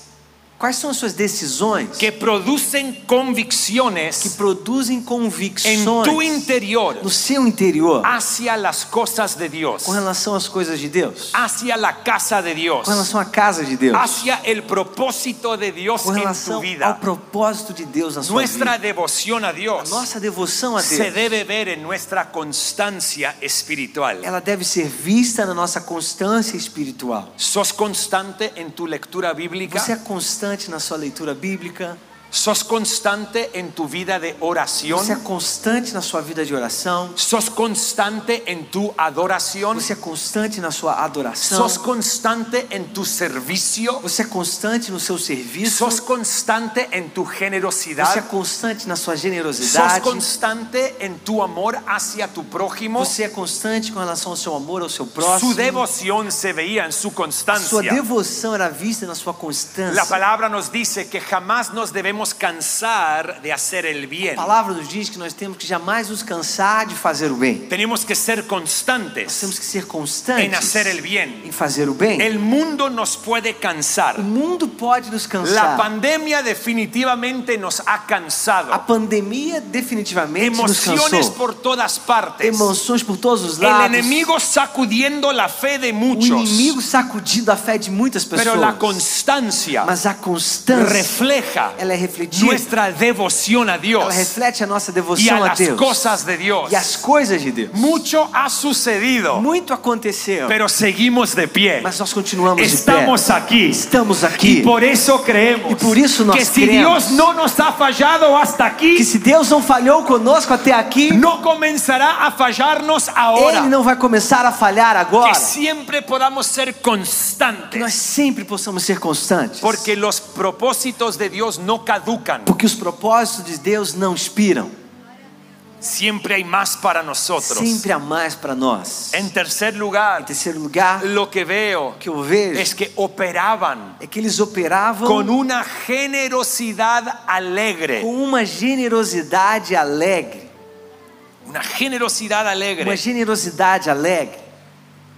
Speaker 3: Quais são as suas decisões
Speaker 2: que producen
Speaker 3: que
Speaker 2: convicciones
Speaker 3: produzem
Speaker 2: en tu
Speaker 3: convicções
Speaker 2: interior
Speaker 3: no seu interior
Speaker 2: hacia las cosas de Dios,
Speaker 3: com relação às coisas de Deus,
Speaker 2: hacia la casa de Dios,
Speaker 3: com relação à casa de Deus,
Speaker 2: hacia el propósito de Dios
Speaker 3: com
Speaker 2: en tu
Speaker 3: relação ao
Speaker 2: vida.
Speaker 3: propósito de Deus na sua
Speaker 2: Nuestra
Speaker 3: vida?
Speaker 2: devoción a
Speaker 3: A
Speaker 2: Dios
Speaker 3: nossa devoção a
Speaker 2: se
Speaker 3: Deus,
Speaker 2: debe ver en nuestra constancia espiritual.
Speaker 3: ela deve ser vista na nossa constância espiritual.
Speaker 2: ¿Sos constante en tu lectura
Speaker 3: Você é
Speaker 2: bíblica?
Speaker 3: constante na sua leitura bíblica?
Speaker 2: Sos constante en tu vida de oración.
Speaker 3: Você é constante na sua vida de oração.
Speaker 2: Sos constante en tu adoración.
Speaker 3: Você é constante na sua adoração.
Speaker 2: Sos constante en tu servicio.
Speaker 3: Você é constante no seu serviço.
Speaker 2: Sos constante en tu
Speaker 3: Você é
Speaker 2: generosidad.
Speaker 3: constante na sua
Speaker 2: Sos
Speaker 3: generosidade.
Speaker 2: constante en tu amor hacia tu prójimo.
Speaker 3: Você é constante com relação ao seu amor ao seu
Speaker 2: Su
Speaker 3: próximo.
Speaker 2: devoción se veía en su
Speaker 3: Sua
Speaker 2: constancia.
Speaker 3: devoção era vista na sua
Speaker 2: La
Speaker 3: constância.
Speaker 2: palabra nos dice que jamás nos debemos cansar de hacer el bien.
Speaker 3: A palavra nos diz que nós temos que jamais nos cansar de fazer o bem.
Speaker 2: Tenemos que ser constantes.
Speaker 3: Nós temos que ser
Speaker 2: en
Speaker 3: constantes
Speaker 2: hacer el bien.
Speaker 3: em fazer o bem.
Speaker 2: El mundo nos puede cansar.
Speaker 3: O mundo pode nos
Speaker 2: La
Speaker 3: cansar.
Speaker 2: pandemia definitivamente nos ha
Speaker 3: A
Speaker 2: cansado.
Speaker 3: pandemia definitivamente nos
Speaker 2: Emociones
Speaker 3: cansou.
Speaker 2: por todas partes.
Speaker 3: Emoções por todos os
Speaker 2: El
Speaker 3: lados.
Speaker 2: enemigo sacudiendo la fe de
Speaker 3: O
Speaker 2: muchos.
Speaker 3: inimigo sacudindo a fé de muitas
Speaker 2: Pero la
Speaker 3: pessoas.
Speaker 2: constancia
Speaker 3: Mas a constância,
Speaker 2: refleja
Speaker 3: ela é refletida.
Speaker 2: nuestra devoción a
Speaker 3: Ela
Speaker 2: Dios
Speaker 3: reflete a nossa
Speaker 2: y a
Speaker 3: devoção a
Speaker 2: las
Speaker 3: Deus
Speaker 2: cosas de Dios.
Speaker 3: e as coisas de Deus.
Speaker 2: Mucho ha sucedido,
Speaker 3: Muito aconteceu,
Speaker 2: pero seguimos de pie.
Speaker 3: mas nós continuamos de pé.
Speaker 2: Estamos aquí.
Speaker 3: Estamos
Speaker 2: Y
Speaker 3: aqui.
Speaker 2: por eso creemos
Speaker 3: Y por eso nos
Speaker 2: que si
Speaker 3: creemos.
Speaker 2: Dios no nos ha fallado hasta
Speaker 3: Que
Speaker 2: aquí,
Speaker 3: se Deus não falhou conosco até aqui,
Speaker 2: no comenzará a fallarnos ahora.
Speaker 3: Ele não vai começar a falhar agora.
Speaker 2: Que siempre podamos ser
Speaker 3: Que nós
Speaker 2: constantes.
Speaker 3: sempre possamos ser constantes.
Speaker 2: Porque los propósitos de Dios no caducan.
Speaker 3: Porque os propósitos de Deus não expiram.
Speaker 2: Siempre hay más para nosotros.
Speaker 3: Sempre há mais para nós. Em
Speaker 2: En tercer lugar,
Speaker 3: terceiro lugar,
Speaker 2: lo que veo
Speaker 3: o que eu vejo
Speaker 2: es que operaban
Speaker 3: é que eles operavam
Speaker 2: con una generosidad alegre.
Speaker 3: com uma generosidade alegre.
Speaker 2: Una generosidad
Speaker 3: Uma
Speaker 2: alegre.
Speaker 3: generosidade alegre.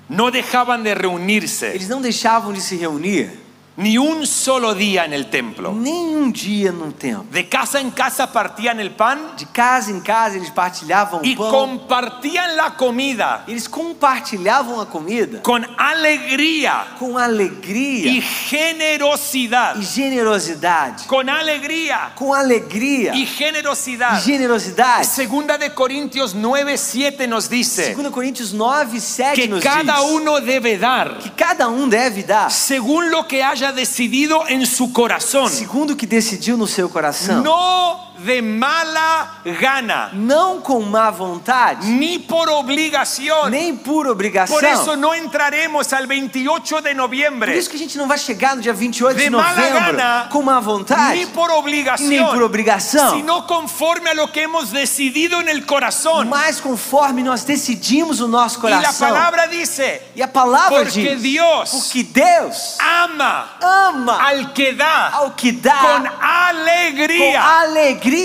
Speaker 2: No dejaban de reunirse.
Speaker 3: Eles não deixavam de se reunir
Speaker 2: Ni un solo día en el
Speaker 3: Mm.
Speaker 2: templo.
Speaker 3: nenhum dia no tempo.
Speaker 2: De casa en casa partían el pan
Speaker 3: De casa em casa eles partilhavam
Speaker 2: y
Speaker 3: o pão.
Speaker 2: compartían la comida
Speaker 3: Eles compartilhavam a comida
Speaker 2: con alegría
Speaker 3: com alegria
Speaker 2: y generosidad.
Speaker 3: e generosidade.
Speaker 2: Con alegría
Speaker 3: Com alegria
Speaker 2: y
Speaker 3: e
Speaker 2: generosidad.
Speaker 3: generosidade.
Speaker 2: Segunda de Corintios 9, 7 nos dice
Speaker 3: 2 Coríntios 9, 7
Speaker 2: que
Speaker 3: nos
Speaker 2: cada um-
Speaker 3: diz
Speaker 2: uno debe dar
Speaker 3: que cada um deve dar
Speaker 2: según lo que haya decidido en su corazón,
Speaker 3: segundo o que decidiu no seu coração.
Speaker 2: no de mala gana,
Speaker 3: Não com má vontade,
Speaker 2: ni por obligación.
Speaker 3: nem por
Speaker 2: Por eso
Speaker 3: obrigação.
Speaker 2: no entraremos al 28 de
Speaker 3: Por
Speaker 2: noviembre,
Speaker 3: isso que a gente não vai chegar no dia 28
Speaker 2: De
Speaker 3: de
Speaker 2: mala
Speaker 3: novembro
Speaker 2: gana,
Speaker 3: com má
Speaker 2: ni
Speaker 3: vontade,
Speaker 2: por obligación,
Speaker 3: nem por obrigação,
Speaker 2: sino conforme a lo que hemos decidido en el corazón.
Speaker 3: mas conforme nós decidimos o nosso
Speaker 2: Y la
Speaker 3: coração.
Speaker 2: palabra dice,
Speaker 3: E a palavra
Speaker 2: porque
Speaker 3: diz
Speaker 2: Dios
Speaker 3: porque Deus
Speaker 2: ama
Speaker 3: ama
Speaker 2: al que da
Speaker 3: ao que dá
Speaker 2: con
Speaker 3: com
Speaker 2: alegría.
Speaker 3: alegria.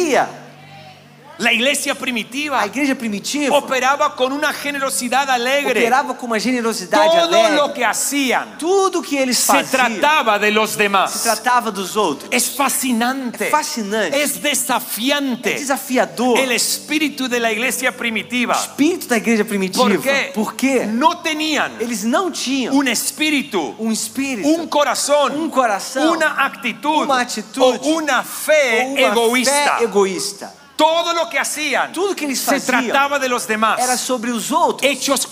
Speaker 2: La iglesia primitiva
Speaker 3: A igreja primitiva
Speaker 2: operaba con una generosidad alegre.
Speaker 3: operava com uma generosidade
Speaker 2: Todo lo
Speaker 3: alegre.
Speaker 2: que hacían
Speaker 3: Tudo que eles
Speaker 2: se
Speaker 3: faziam
Speaker 2: trataba de los
Speaker 3: se
Speaker 2: demás.
Speaker 3: tratava dos outros.
Speaker 2: Es fascinante.
Speaker 3: Es fascinante.
Speaker 2: Es desafiante.
Speaker 3: Desafiador.
Speaker 2: El espíritu de la iglesia primitiva.
Speaker 3: Espírito da igreja primitiva.
Speaker 2: Porque
Speaker 3: Porque
Speaker 2: no tenían
Speaker 3: eles não tinham
Speaker 2: un espíritu,
Speaker 3: um espírito,
Speaker 2: un corazón,
Speaker 3: un corazón,
Speaker 2: una actitud,
Speaker 3: una actitud,
Speaker 2: o una fe
Speaker 3: ou uma
Speaker 2: egoísta.
Speaker 3: fé egoísta.
Speaker 2: Todo lo que hacían
Speaker 3: Tudo que eles
Speaker 2: se
Speaker 3: faziam
Speaker 2: trataba de los
Speaker 3: Era
Speaker 2: demás.
Speaker 3: sobre os outros.
Speaker 2: Hechos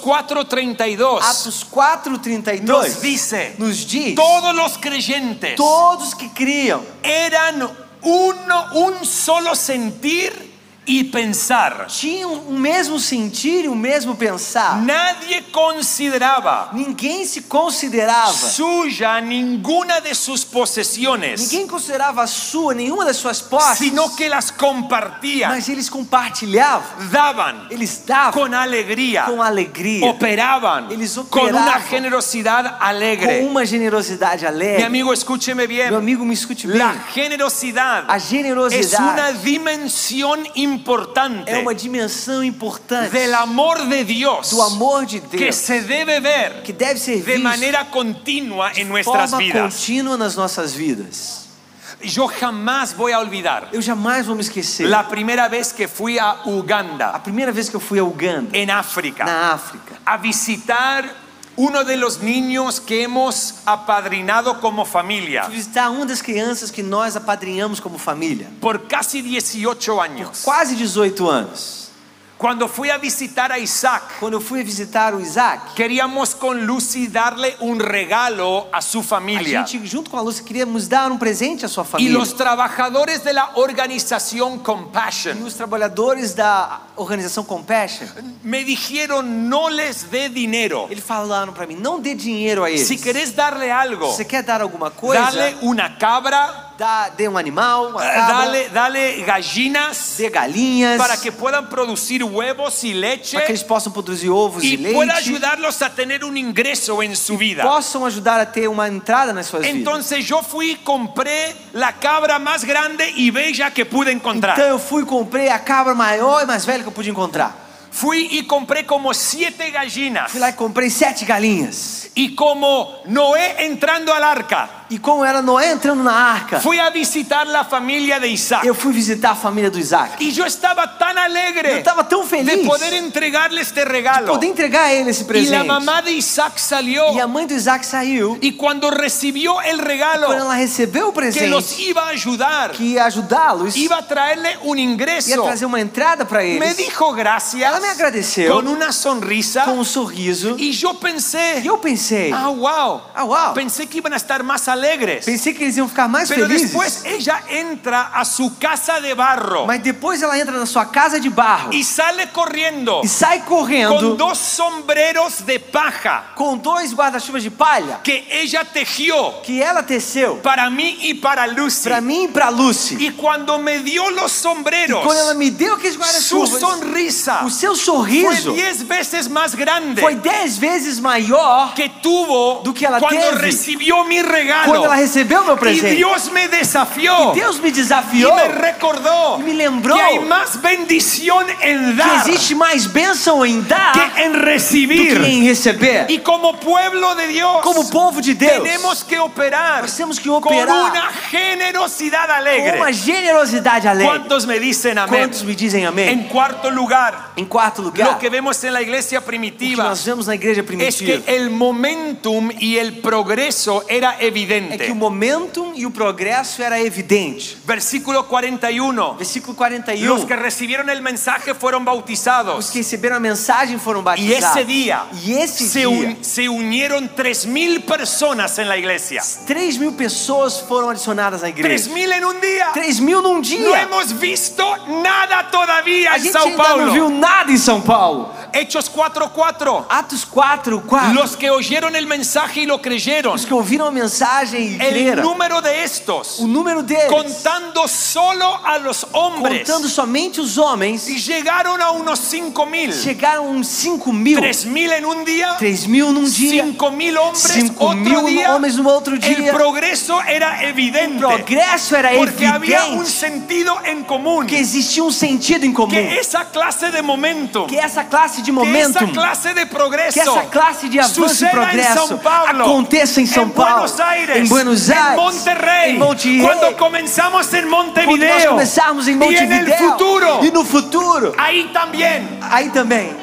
Speaker 2: 4:32
Speaker 3: Atos
Speaker 2: nos
Speaker 3: 4:32
Speaker 2: dice,
Speaker 3: nos diz
Speaker 2: todos los creyentes
Speaker 3: todos que criam
Speaker 2: eran uno, un solo sentir e pensar.
Speaker 3: tinham o mesmo sentir e o mesmo pensar.
Speaker 2: Nadie consideraba
Speaker 3: Ninguém se considerava,
Speaker 2: suya ninguna de sus posesiones,
Speaker 3: ninguém considerava a sua nenhuma das suas posses,
Speaker 2: sino que las compartían,
Speaker 3: mas eles compartilhavam,
Speaker 2: daban
Speaker 3: eles davam
Speaker 2: con alegría,
Speaker 3: com alegria,
Speaker 2: operaban
Speaker 3: Eles
Speaker 2: con una
Speaker 3: operavam
Speaker 2: generosidad
Speaker 3: com
Speaker 2: alegre.
Speaker 3: uma generosidade
Speaker 2: Mi
Speaker 3: alegre.
Speaker 2: amigo, escúcheme
Speaker 3: Meu
Speaker 2: bien.
Speaker 3: amigo, me escute bem.
Speaker 2: La generosidad
Speaker 3: A
Speaker 2: es una
Speaker 3: generosidade
Speaker 2: dimensión
Speaker 3: é
Speaker 2: importante
Speaker 3: uma dimensão importante
Speaker 2: del amor de Dios
Speaker 3: do amor de
Speaker 2: que
Speaker 3: Deus
Speaker 2: se debe ver
Speaker 3: que deve ser
Speaker 2: de
Speaker 3: visto
Speaker 2: manera continua en
Speaker 3: de
Speaker 2: nuestras
Speaker 3: forma
Speaker 2: vidas.
Speaker 3: contínua nas nossas vidas.
Speaker 2: Yo jamás voy a olvidar
Speaker 3: Eu jamais vou me esquecer.
Speaker 2: la primera vez que fui a
Speaker 3: A
Speaker 2: Uganda,
Speaker 3: primeira vez que eu fui a Uganda,
Speaker 2: en África,
Speaker 3: na África,
Speaker 2: a visitar uno de los niños que hemos apadrinado como familia
Speaker 3: fui visitar uma das crianças que nós apadrinhamos como família.
Speaker 2: por casi 18 años.
Speaker 3: Quase 18 anos.
Speaker 2: Cuando fui a visitar a Isaac,
Speaker 3: Quando eu fui visitar o Isaac,
Speaker 2: queríamos con Lucy darle un regalo a su
Speaker 3: a
Speaker 2: familia.
Speaker 3: gente, junto com a Lúcia, queríamos dar um presente à sua
Speaker 2: Y
Speaker 3: família.
Speaker 2: los trabajadores de la organización
Speaker 3: E
Speaker 2: Compassion
Speaker 3: os trabalhadores da organização Compassion,
Speaker 2: me dijeron no les dé dinero.
Speaker 3: eles falaram para mim, não dê dinheiro a eles.
Speaker 2: Si querés darle algo,
Speaker 3: Se você quer dar alguma coisa,
Speaker 2: dale una cabra,
Speaker 3: dá, dê um animal,
Speaker 2: É,
Speaker 3: uma cabra,
Speaker 2: dale, dale gallinas
Speaker 3: dê galinhas,
Speaker 2: para que puedan producir huevos y leche
Speaker 3: para que eles possam produzir ovos e,
Speaker 2: y
Speaker 3: leite,
Speaker 2: pueda ayudarlos a tener un ingreso en su vida.
Speaker 3: possam ajudar a ter uma entrada nas suas vidas.
Speaker 2: Entonces yo fui, compré la cabra más grande y bella que pude
Speaker 3: Então
Speaker 2: encontrar.
Speaker 3: eu fui e comprei a cabra maior e mais velha que eu pude encontrar.
Speaker 2: Fui y compré como siete gallinas.
Speaker 3: Fui lá e comprei sete galinhas.
Speaker 2: Y como Noé entrando al arca,
Speaker 3: E como era Noé entrando na arca,
Speaker 2: fui a visitar la familia de Isaac.
Speaker 3: eu fui visitar a família do Isaac.
Speaker 2: Y yo estaba tan
Speaker 3: Eu
Speaker 2: alegre
Speaker 3: estava tão
Speaker 2: de
Speaker 3: feliz
Speaker 2: poder entregarle este regalo.
Speaker 3: poder entregar a ele esse
Speaker 2: Y
Speaker 3: presente.
Speaker 2: la mamá de Isaac
Speaker 3: E a
Speaker 2: salió
Speaker 3: mãe do Isaac saiu.
Speaker 2: y cuando recibió el
Speaker 3: Quando
Speaker 2: regalo
Speaker 3: ela recebeu o
Speaker 2: que
Speaker 3: presente,
Speaker 2: los iba a ayudar,
Speaker 3: que ia ajudá-los, ia
Speaker 2: iba a traerle un ingreso,
Speaker 3: trazer uma entrada para
Speaker 2: me
Speaker 3: eles,
Speaker 2: dijo gracias
Speaker 3: Ela me agradeceu.
Speaker 2: con una sonrisa
Speaker 3: com um sorriso.
Speaker 2: y yo pensé,
Speaker 3: E eu pensei,
Speaker 2: ah, wow,
Speaker 3: Ah, wow.
Speaker 2: pensé que iban a estar más alegres.
Speaker 3: pensei que eles iam ficar mais
Speaker 2: Pero
Speaker 3: felizes.
Speaker 2: después ella entra a su casa de barro
Speaker 3: Mas depois ela entra na sua casa de barro
Speaker 2: y sale corriendo
Speaker 3: e sai
Speaker 2: con
Speaker 3: correndo
Speaker 2: dos sombreros de paja
Speaker 3: com dois guarda-chuvas de palha
Speaker 2: que ella tejió
Speaker 3: que ela teceu
Speaker 2: para mí y para Lucy.
Speaker 3: para mim e para Lucy.
Speaker 2: Y cuando me dio los sombreros,
Speaker 3: Quando ela me deu aqueles
Speaker 2: su
Speaker 3: guarda-chuvas,
Speaker 2: sonrisa
Speaker 3: o seu
Speaker 2: fue
Speaker 3: sorriso
Speaker 2: diez veces más grande
Speaker 3: foi dez vezes maior
Speaker 2: que tuvo
Speaker 3: Do que ela
Speaker 2: cuando
Speaker 3: teve
Speaker 2: recibió mi
Speaker 3: quando
Speaker 2: regalo.
Speaker 3: ela recebeu meu
Speaker 2: Y
Speaker 3: presente.
Speaker 2: Dios me desafió
Speaker 3: Deus me
Speaker 2: y
Speaker 3: desafiou
Speaker 2: me recordó
Speaker 3: E me lembrou
Speaker 2: que hay más bendición en
Speaker 3: que
Speaker 2: dar
Speaker 3: existe mais bênção em dar
Speaker 2: que en
Speaker 3: do que
Speaker 2: recibir.
Speaker 3: em receber.
Speaker 2: Y como pueblo de Dios,
Speaker 3: Como povo de Deus,
Speaker 2: tenemos que operar
Speaker 3: nós temos que
Speaker 2: con
Speaker 3: operar
Speaker 2: una generosidad
Speaker 3: com
Speaker 2: alegre.
Speaker 3: uma generosidade alegre.
Speaker 2: ¿Cuántos me dicen amén?
Speaker 3: Quantos me dizem amém?
Speaker 2: En cuarto lugar,
Speaker 3: Em quarto
Speaker 2: lo
Speaker 3: lugar,
Speaker 2: que vemos en la iglesia
Speaker 3: o que
Speaker 2: primitiva
Speaker 3: nós vemos na igreja
Speaker 2: es que
Speaker 3: primitiva
Speaker 2: el momentum y el progreso era
Speaker 3: é que
Speaker 2: evidente.
Speaker 3: o momentum e o progresso era evidente.
Speaker 2: Versículo 41.
Speaker 3: Versículo
Speaker 2: Los
Speaker 3: 41.
Speaker 2: que recibieron el mensaje fueron bautizados
Speaker 3: Os que receberam a mensagem foram
Speaker 2: y
Speaker 3: batizados.
Speaker 2: ese día
Speaker 3: E esse
Speaker 2: se,
Speaker 3: dia,
Speaker 2: un- se unieron 3.000 personas en la iglesia.
Speaker 3: 3 mil pessoas foram adicionadas à igreja.
Speaker 2: 3.000 en un día.
Speaker 3: 3 mil num
Speaker 2: No
Speaker 3: dia.
Speaker 2: hemos visto nada todavía
Speaker 3: A
Speaker 2: en
Speaker 3: gente
Speaker 2: Sao
Speaker 3: ainda não viu
Speaker 2: Paulo.
Speaker 3: nada em São Paulo.
Speaker 2: Hechos 4:4.
Speaker 3: Atos 4, 4.
Speaker 2: Los que oyeron el mensaje y lo creyeron.
Speaker 3: Os que ouviram a mensagem e
Speaker 2: El
Speaker 3: creram.
Speaker 2: número de estos,
Speaker 3: O número deles,
Speaker 2: contando solo a los hombres,
Speaker 3: contando somente os homens,
Speaker 2: y llegaram a unos 5000.
Speaker 3: chegaram uns 5 mil.
Speaker 2: 3000 en un día,
Speaker 3: 3 mil num dia.
Speaker 2: 5000 hombres
Speaker 3: 5
Speaker 2: otro
Speaker 3: mil
Speaker 2: día.
Speaker 3: homens no outro
Speaker 2: El
Speaker 3: dia.
Speaker 2: progreso era evidente
Speaker 3: progresso era
Speaker 2: porque había un
Speaker 3: evidente
Speaker 2: sentido en común,
Speaker 3: que existia um sentido em comum.
Speaker 2: que esa clase de momento
Speaker 3: Que é essa classe de
Speaker 2: que é
Speaker 3: momento,
Speaker 2: essa classe de progresso,
Speaker 3: que essa classe de avanço e
Speaker 2: suceda em
Speaker 3: progresso
Speaker 2: São Paulo,
Speaker 3: aconteça em São
Speaker 2: em
Speaker 3: Paulo,
Speaker 2: Buenos Aires,
Speaker 3: em Buenos Aires,
Speaker 2: em Monterrey,
Speaker 3: em Monterrey,
Speaker 2: quando começamos em
Speaker 3: quando
Speaker 2: Montevideo,
Speaker 3: nós começarmos em
Speaker 2: e
Speaker 3: Montevideo
Speaker 2: no futuro,
Speaker 3: e no futuro,
Speaker 2: aí também,
Speaker 3: aí também,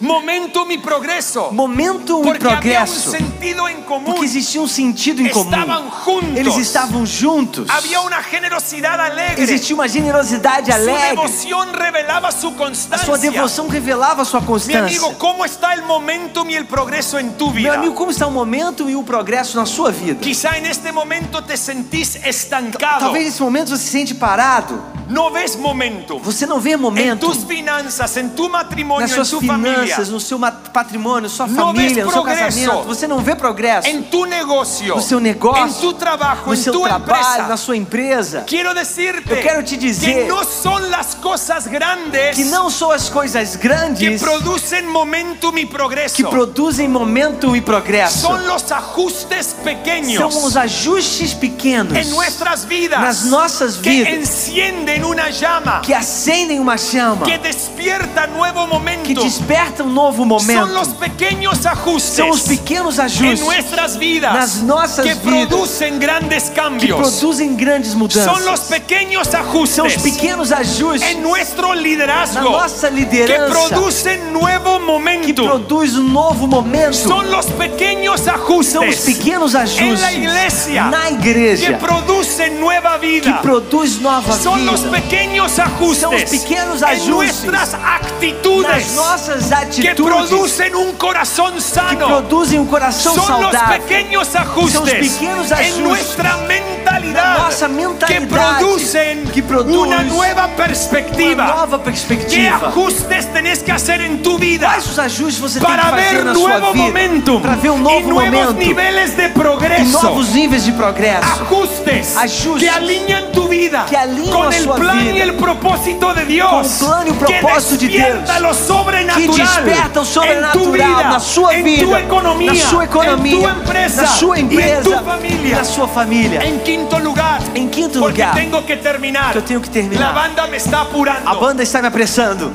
Speaker 2: momentum e progresso,
Speaker 3: momento e
Speaker 2: porque havia um
Speaker 3: progresso,
Speaker 2: sentido em comum,
Speaker 3: porque existia um sentido em comum.
Speaker 2: estavam juntos,
Speaker 3: Eles estavam juntos.
Speaker 2: havia uma generosidade alegre,
Speaker 3: Existia uma generosidade
Speaker 2: sua
Speaker 3: alegre.
Speaker 2: devoção revelava sua
Speaker 3: A
Speaker 2: constância.
Speaker 3: sua devoção revelava a sua
Speaker 2: Mi
Speaker 3: constância.
Speaker 2: amigo, ¿cómo está el momentum y el progreso en tu
Speaker 3: Meu
Speaker 2: vida?
Speaker 3: amigo, como está o momento e o progresso na sua vida?
Speaker 2: Quizá en este momento te sentís estancado.
Speaker 3: Talvez nesse momento você se sente parado.
Speaker 2: No ves momentum.
Speaker 3: Você não vê
Speaker 2: En
Speaker 3: momento
Speaker 2: tus finanzas, en tu matrimonio,
Speaker 3: nas
Speaker 2: en
Speaker 3: suas
Speaker 2: tu familia,
Speaker 3: finanças, no seu mat- patrimônio, sua
Speaker 2: Não
Speaker 3: família,
Speaker 2: vês
Speaker 3: no seu
Speaker 2: progresso.
Speaker 3: casamento. Você não vê progresso
Speaker 2: en tu negocio,
Speaker 3: No seu negócio,
Speaker 2: en tu trabajo,
Speaker 3: no
Speaker 2: en
Speaker 3: seu
Speaker 2: tu
Speaker 3: trabalho,
Speaker 2: empresa.
Speaker 3: na sua empresa.
Speaker 2: Quiero decirte
Speaker 3: Eu quero te dizer
Speaker 2: que no son las cosas grandes
Speaker 3: Que não são as coisas
Speaker 2: que
Speaker 3: grandes
Speaker 2: producen momentum y progreso.
Speaker 3: que produzem momento e progresso.
Speaker 2: son los ajustes pequeños
Speaker 3: São os ajustes pequenos
Speaker 2: en nuestras vidas
Speaker 3: nas nossas
Speaker 2: que
Speaker 3: vidas
Speaker 2: encienden una llama
Speaker 3: que acendem uma chama,
Speaker 2: que despierta nuevo
Speaker 3: que
Speaker 2: momento.
Speaker 3: despertam um novo
Speaker 2: Son los
Speaker 3: momento.
Speaker 2: pequeños ajustes
Speaker 3: São os pequenos
Speaker 2: en
Speaker 3: ajustes
Speaker 2: nuestras vidas
Speaker 3: nas nossas
Speaker 2: que
Speaker 3: vidas
Speaker 2: producen grandes
Speaker 3: que
Speaker 2: cambios.
Speaker 3: produzem grandes
Speaker 2: Son los
Speaker 3: mudanças.
Speaker 2: pequeños
Speaker 3: São os
Speaker 2: ajustes
Speaker 3: pequenos ajustes
Speaker 2: en nuestro
Speaker 3: na
Speaker 2: liderazgo
Speaker 3: nossa
Speaker 2: que
Speaker 3: liderança
Speaker 2: producen nuevo
Speaker 3: que
Speaker 2: momento.
Speaker 3: produz um novo momento.
Speaker 2: Son los pequeños
Speaker 3: São os
Speaker 2: ajustes
Speaker 3: pequenos
Speaker 2: en la
Speaker 3: ajustes
Speaker 2: iglesia
Speaker 3: na
Speaker 2: que
Speaker 3: igreja
Speaker 2: producen nueva
Speaker 3: que
Speaker 2: vida.
Speaker 3: produz nova
Speaker 2: Son los
Speaker 3: vida.
Speaker 2: pequeños ajustes,
Speaker 3: pequeños
Speaker 2: en
Speaker 3: ajustes
Speaker 2: nuestras
Speaker 3: nas
Speaker 2: actitudes
Speaker 3: nossas
Speaker 2: que
Speaker 3: atitudes
Speaker 2: producen un corazón
Speaker 3: que
Speaker 2: sano.
Speaker 3: produzem um coração
Speaker 2: Son los
Speaker 3: saudável.
Speaker 2: pequeños ajustes
Speaker 3: pequeños ajustes
Speaker 2: en nuestra
Speaker 3: na
Speaker 2: mentalidad
Speaker 3: nossa
Speaker 2: que
Speaker 3: mentalidade
Speaker 2: producen
Speaker 3: que produz
Speaker 2: una nueva
Speaker 3: uma
Speaker 2: perspectiva.
Speaker 3: nova
Speaker 2: ¿Qué
Speaker 3: perspectiva.
Speaker 2: ajustes tenés que hacer en tu vida
Speaker 3: Quais os ajustes você tem que
Speaker 2: para
Speaker 3: fazer
Speaker 2: ver
Speaker 3: na sua
Speaker 2: nuevo
Speaker 3: vida
Speaker 2: momentum
Speaker 3: para ver um
Speaker 2: y
Speaker 3: novo
Speaker 2: nuevos
Speaker 3: momento,
Speaker 2: niveles de
Speaker 3: e
Speaker 2: progreso?
Speaker 3: novos níveis de progresso?
Speaker 2: Ajustes,
Speaker 3: Ajustes
Speaker 2: que alinean tu vida
Speaker 3: que alinham
Speaker 2: con
Speaker 3: a
Speaker 2: el
Speaker 3: sua
Speaker 2: plan
Speaker 3: vida,
Speaker 2: y el propósito de Dios,
Speaker 3: com o plano e o propósito
Speaker 2: que
Speaker 3: de
Speaker 2: despierta
Speaker 3: Deus,
Speaker 2: lo sobrenatural,
Speaker 3: que desperta o
Speaker 2: en tu
Speaker 3: sobrenatural
Speaker 2: vida,
Speaker 3: na sua
Speaker 2: en
Speaker 3: vida,
Speaker 2: tu economia,
Speaker 3: na sua
Speaker 2: en tu
Speaker 3: economia,
Speaker 2: empresa,
Speaker 3: na sua
Speaker 2: y en
Speaker 3: empresa,
Speaker 2: tu familia.
Speaker 3: na sua família.
Speaker 2: En quinto lugar,
Speaker 3: Em quinto
Speaker 2: porque
Speaker 3: lugar,
Speaker 2: tengo que terminar,
Speaker 3: que eu tenho que
Speaker 2: la
Speaker 3: terminar.
Speaker 2: banda me está apurando.
Speaker 3: A banda está me apressando.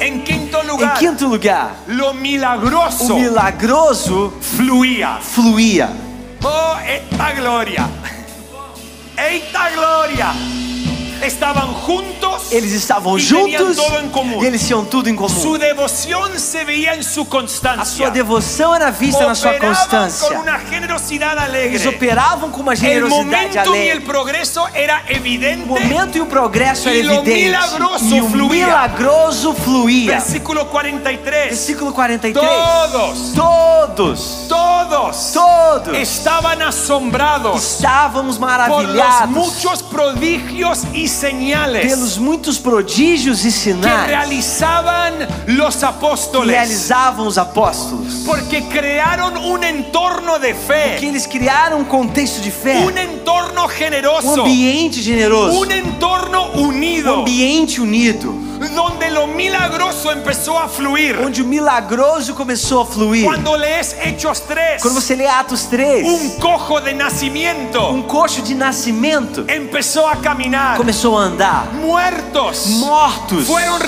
Speaker 2: en quinto
Speaker 3: Em
Speaker 2: lugar,
Speaker 3: quinto lugar,
Speaker 2: lo milagroso
Speaker 3: o milagroso
Speaker 2: fluía.
Speaker 3: fluía.
Speaker 2: Oh, esta gloria. Esta gloria. Estaban juntos.
Speaker 3: Eles estavam
Speaker 2: y tenían
Speaker 3: juntos
Speaker 2: todo en común.
Speaker 3: e eles tinham tudo em comum.
Speaker 2: Su devoción se veía en su constancia.
Speaker 3: A sua devoção era vista na sua
Speaker 2: Operaban
Speaker 3: constância.
Speaker 2: Con una generosidad
Speaker 3: Eles
Speaker 2: alegre.
Speaker 3: operavam com uma
Speaker 2: El
Speaker 3: generosidade
Speaker 2: momento y el
Speaker 3: alegre.
Speaker 2: progreso era evidente.
Speaker 3: O momento e o progresso era
Speaker 2: E lo
Speaker 3: evidente.
Speaker 2: milagroso
Speaker 3: E o
Speaker 2: fluía.
Speaker 3: milagroso fluía.
Speaker 2: Versículo 43.
Speaker 3: Versículo 43.
Speaker 2: Todos,
Speaker 3: Todos,
Speaker 2: todos,
Speaker 3: todos
Speaker 2: estaban asombrados
Speaker 3: estávamos
Speaker 2: por los
Speaker 3: maravilhados
Speaker 2: muchos prodigios y señales.
Speaker 3: pelos muitos prodígios e
Speaker 2: que
Speaker 3: sinais
Speaker 2: realizaban los
Speaker 3: que
Speaker 2: apóstoles.
Speaker 3: realizavam os apóstolos.
Speaker 2: Porque crearon un entorno de
Speaker 3: Que
Speaker 2: fe,
Speaker 3: eles criaram um contexto de fé,
Speaker 2: un entorno
Speaker 3: um
Speaker 2: generoso,
Speaker 3: ambiente generoso,
Speaker 2: un entorno
Speaker 3: um
Speaker 2: unido,
Speaker 3: ambiente unido,
Speaker 2: donde lo milagroso empezó a fluir.
Speaker 3: onde o milagroso começou a fluir.
Speaker 2: Cuando lees Hechos 3,
Speaker 3: Quando você lê Atos 3,
Speaker 2: un cojo de nacimiento
Speaker 3: um coxo de nascimento
Speaker 2: empezó a caminar,
Speaker 3: começou a andar.
Speaker 2: muertos
Speaker 3: Mortos
Speaker 2: fueron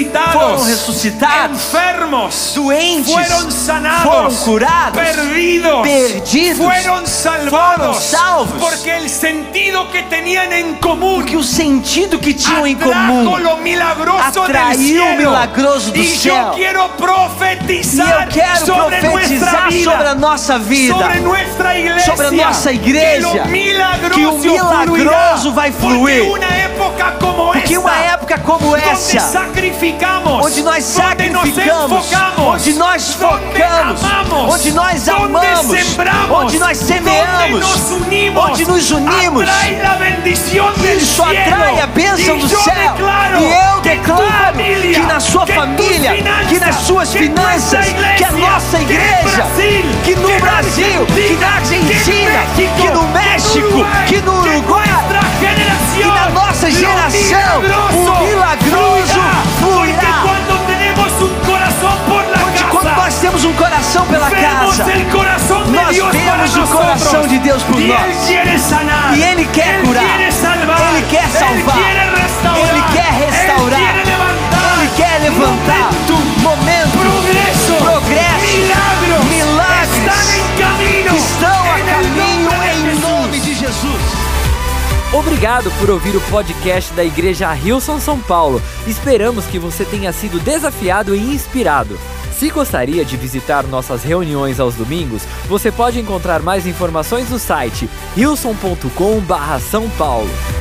Speaker 3: foram
Speaker 2: resucitados,
Speaker 3: ressuscitados,
Speaker 2: enfermos
Speaker 3: doentes
Speaker 2: fueron sanados,
Speaker 3: foram curados,
Speaker 2: perdidos,
Speaker 3: perdidos,
Speaker 2: fueron salvados,
Speaker 3: fueron salvos.
Speaker 2: porque el sentido que tenían en común
Speaker 3: porque o sentido que tinham em
Speaker 2: atrajo
Speaker 3: comum.
Speaker 2: lo milagroso del
Speaker 3: atraiu o
Speaker 2: cielo.
Speaker 3: milagroso do
Speaker 2: y yo
Speaker 3: céu.
Speaker 2: quiero
Speaker 3: E eu
Speaker 2: profetizar
Speaker 3: quero
Speaker 2: sobre nuestra
Speaker 3: profetizar
Speaker 2: vida,
Speaker 3: sobre a nossa
Speaker 2: sobre
Speaker 3: vida.
Speaker 2: nuestra iglesia,
Speaker 3: sobre nossa igreja,
Speaker 2: que lo milagroso,
Speaker 3: que o milagroso vai
Speaker 2: porque
Speaker 3: fluir.
Speaker 2: una época como
Speaker 3: Porque
Speaker 2: esta,
Speaker 3: uma época como
Speaker 2: donde
Speaker 3: essa,
Speaker 2: sacrificamos,
Speaker 3: onde nós
Speaker 2: donde nos
Speaker 3: sacrificamos,
Speaker 2: enfocamos,
Speaker 3: onde nós focamos,
Speaker 2: donde amamos,
Speaker 3: onde nós
Speaker 2: donde
Speaker 3: amamos,
Speaker 2: sembramos,
Speaker 3: onde nós
Speaker 2: donde nos
Speaker 3: semeamos,
Speaker 2: unimos,
Speaker 3: onde nos unimos,
Speaker 2: atrai la bendición del
Speaker 3: isso
Speaker 2: cielo.
Speaker 3: atrai a bênção
Speaker 2: E
Speaker 3: do
Speaker 2: eu
Speaker 3: céu.
Speaker 2: declaro
Speaker 3: E eu
Speaker 2: que tua
Speaker 3: declaro
Speaker 2: família,
Speaker 3: que na sua
Speaker 2: que
Speaker 3: família,
Speaker 2: tus finanças,
Speaker 3: que nas suas
Speaker 2: que
Speaker 3: finanças,
Speaker 2: nossa igreja,
Speaker 3: que a nossa
Speaker 2: que no
Speaker 3: igreja,
Speaker 2: Brasil,
Speaker 3: que
Speaker 2: que
Speaker 3: no
Speaker 2: na
Speaker 3: Brasil, que na
Speaker 2: Argentina,
Speaker 3: Argentina,
Speaker 2: que
Speaker 3: que
Speaker 2: no
Speaker 3: no México,
Speaker 2: Uruguai,
Speaker 3: que no
Speaker 2: que
Speaker 3: Uruguai.
Speaker 2: nuestra
Speaker 3: E
Speaker 2: generación,
Speaker 3: na nossa
Speaker 2: lo
Speaker 3: geração,
Speaker 2: milagroso
Speaker 3: o milagroso
Speaker 2: Porque
Speaker 3: fluirá.
Speaker 2: cuando tenemos un corazón por la
Speaker 3: Onde quando
Speaker 2: casa,
Speaker 3: nós temos um coração pela
Speaker 2: vemos
Speaker 3: casa,
Speaker 2: el corazón de
Speaker 3: Nós
Speaker 2: Dios para
Speaker 3: vemos o
Speaker 2: nosotros.
Speaker 3: coração de Deus por
Speaker 2: y
Speaker 3: nós.
Speaker 2: Él quiere sanar.
Speaker 3: E Ele quer
Speaker 2: Él
Speaker 3: curar.
Speaker 2: Quiere salvar.
Speaker 3: Ele quer salvar.
Speaker 2: Él quiere restaurar.
Speaker 3: Ele quer restaurar.
Speaker 2: Él quiere levantar.
Speaker 3: Ele quer levantar momento,
Speaker 2: Progresso.
Speaker 3: Progresso.
Speaker 2: Milagros.
Speaker 3: Milagres.
Speaker 2: Están en camino.
Speaker 3: que estão a
Speaker 2: En el
Speaker 3: caminho
Speaker 2: nombre de
Speaker 3: em
Speaker 2: Jesús.
Speaker 3: nome de Jesus.
Speaker 1: Obrigado por ouvir o podcast da Igreja Hilson São Paulo. Esperamos que você tenha sido desafiado e inspirado. Se gostaria de visitar nossas reuniões aos domingos, você pode encontrar mais informações no site hilson.com/são paulo.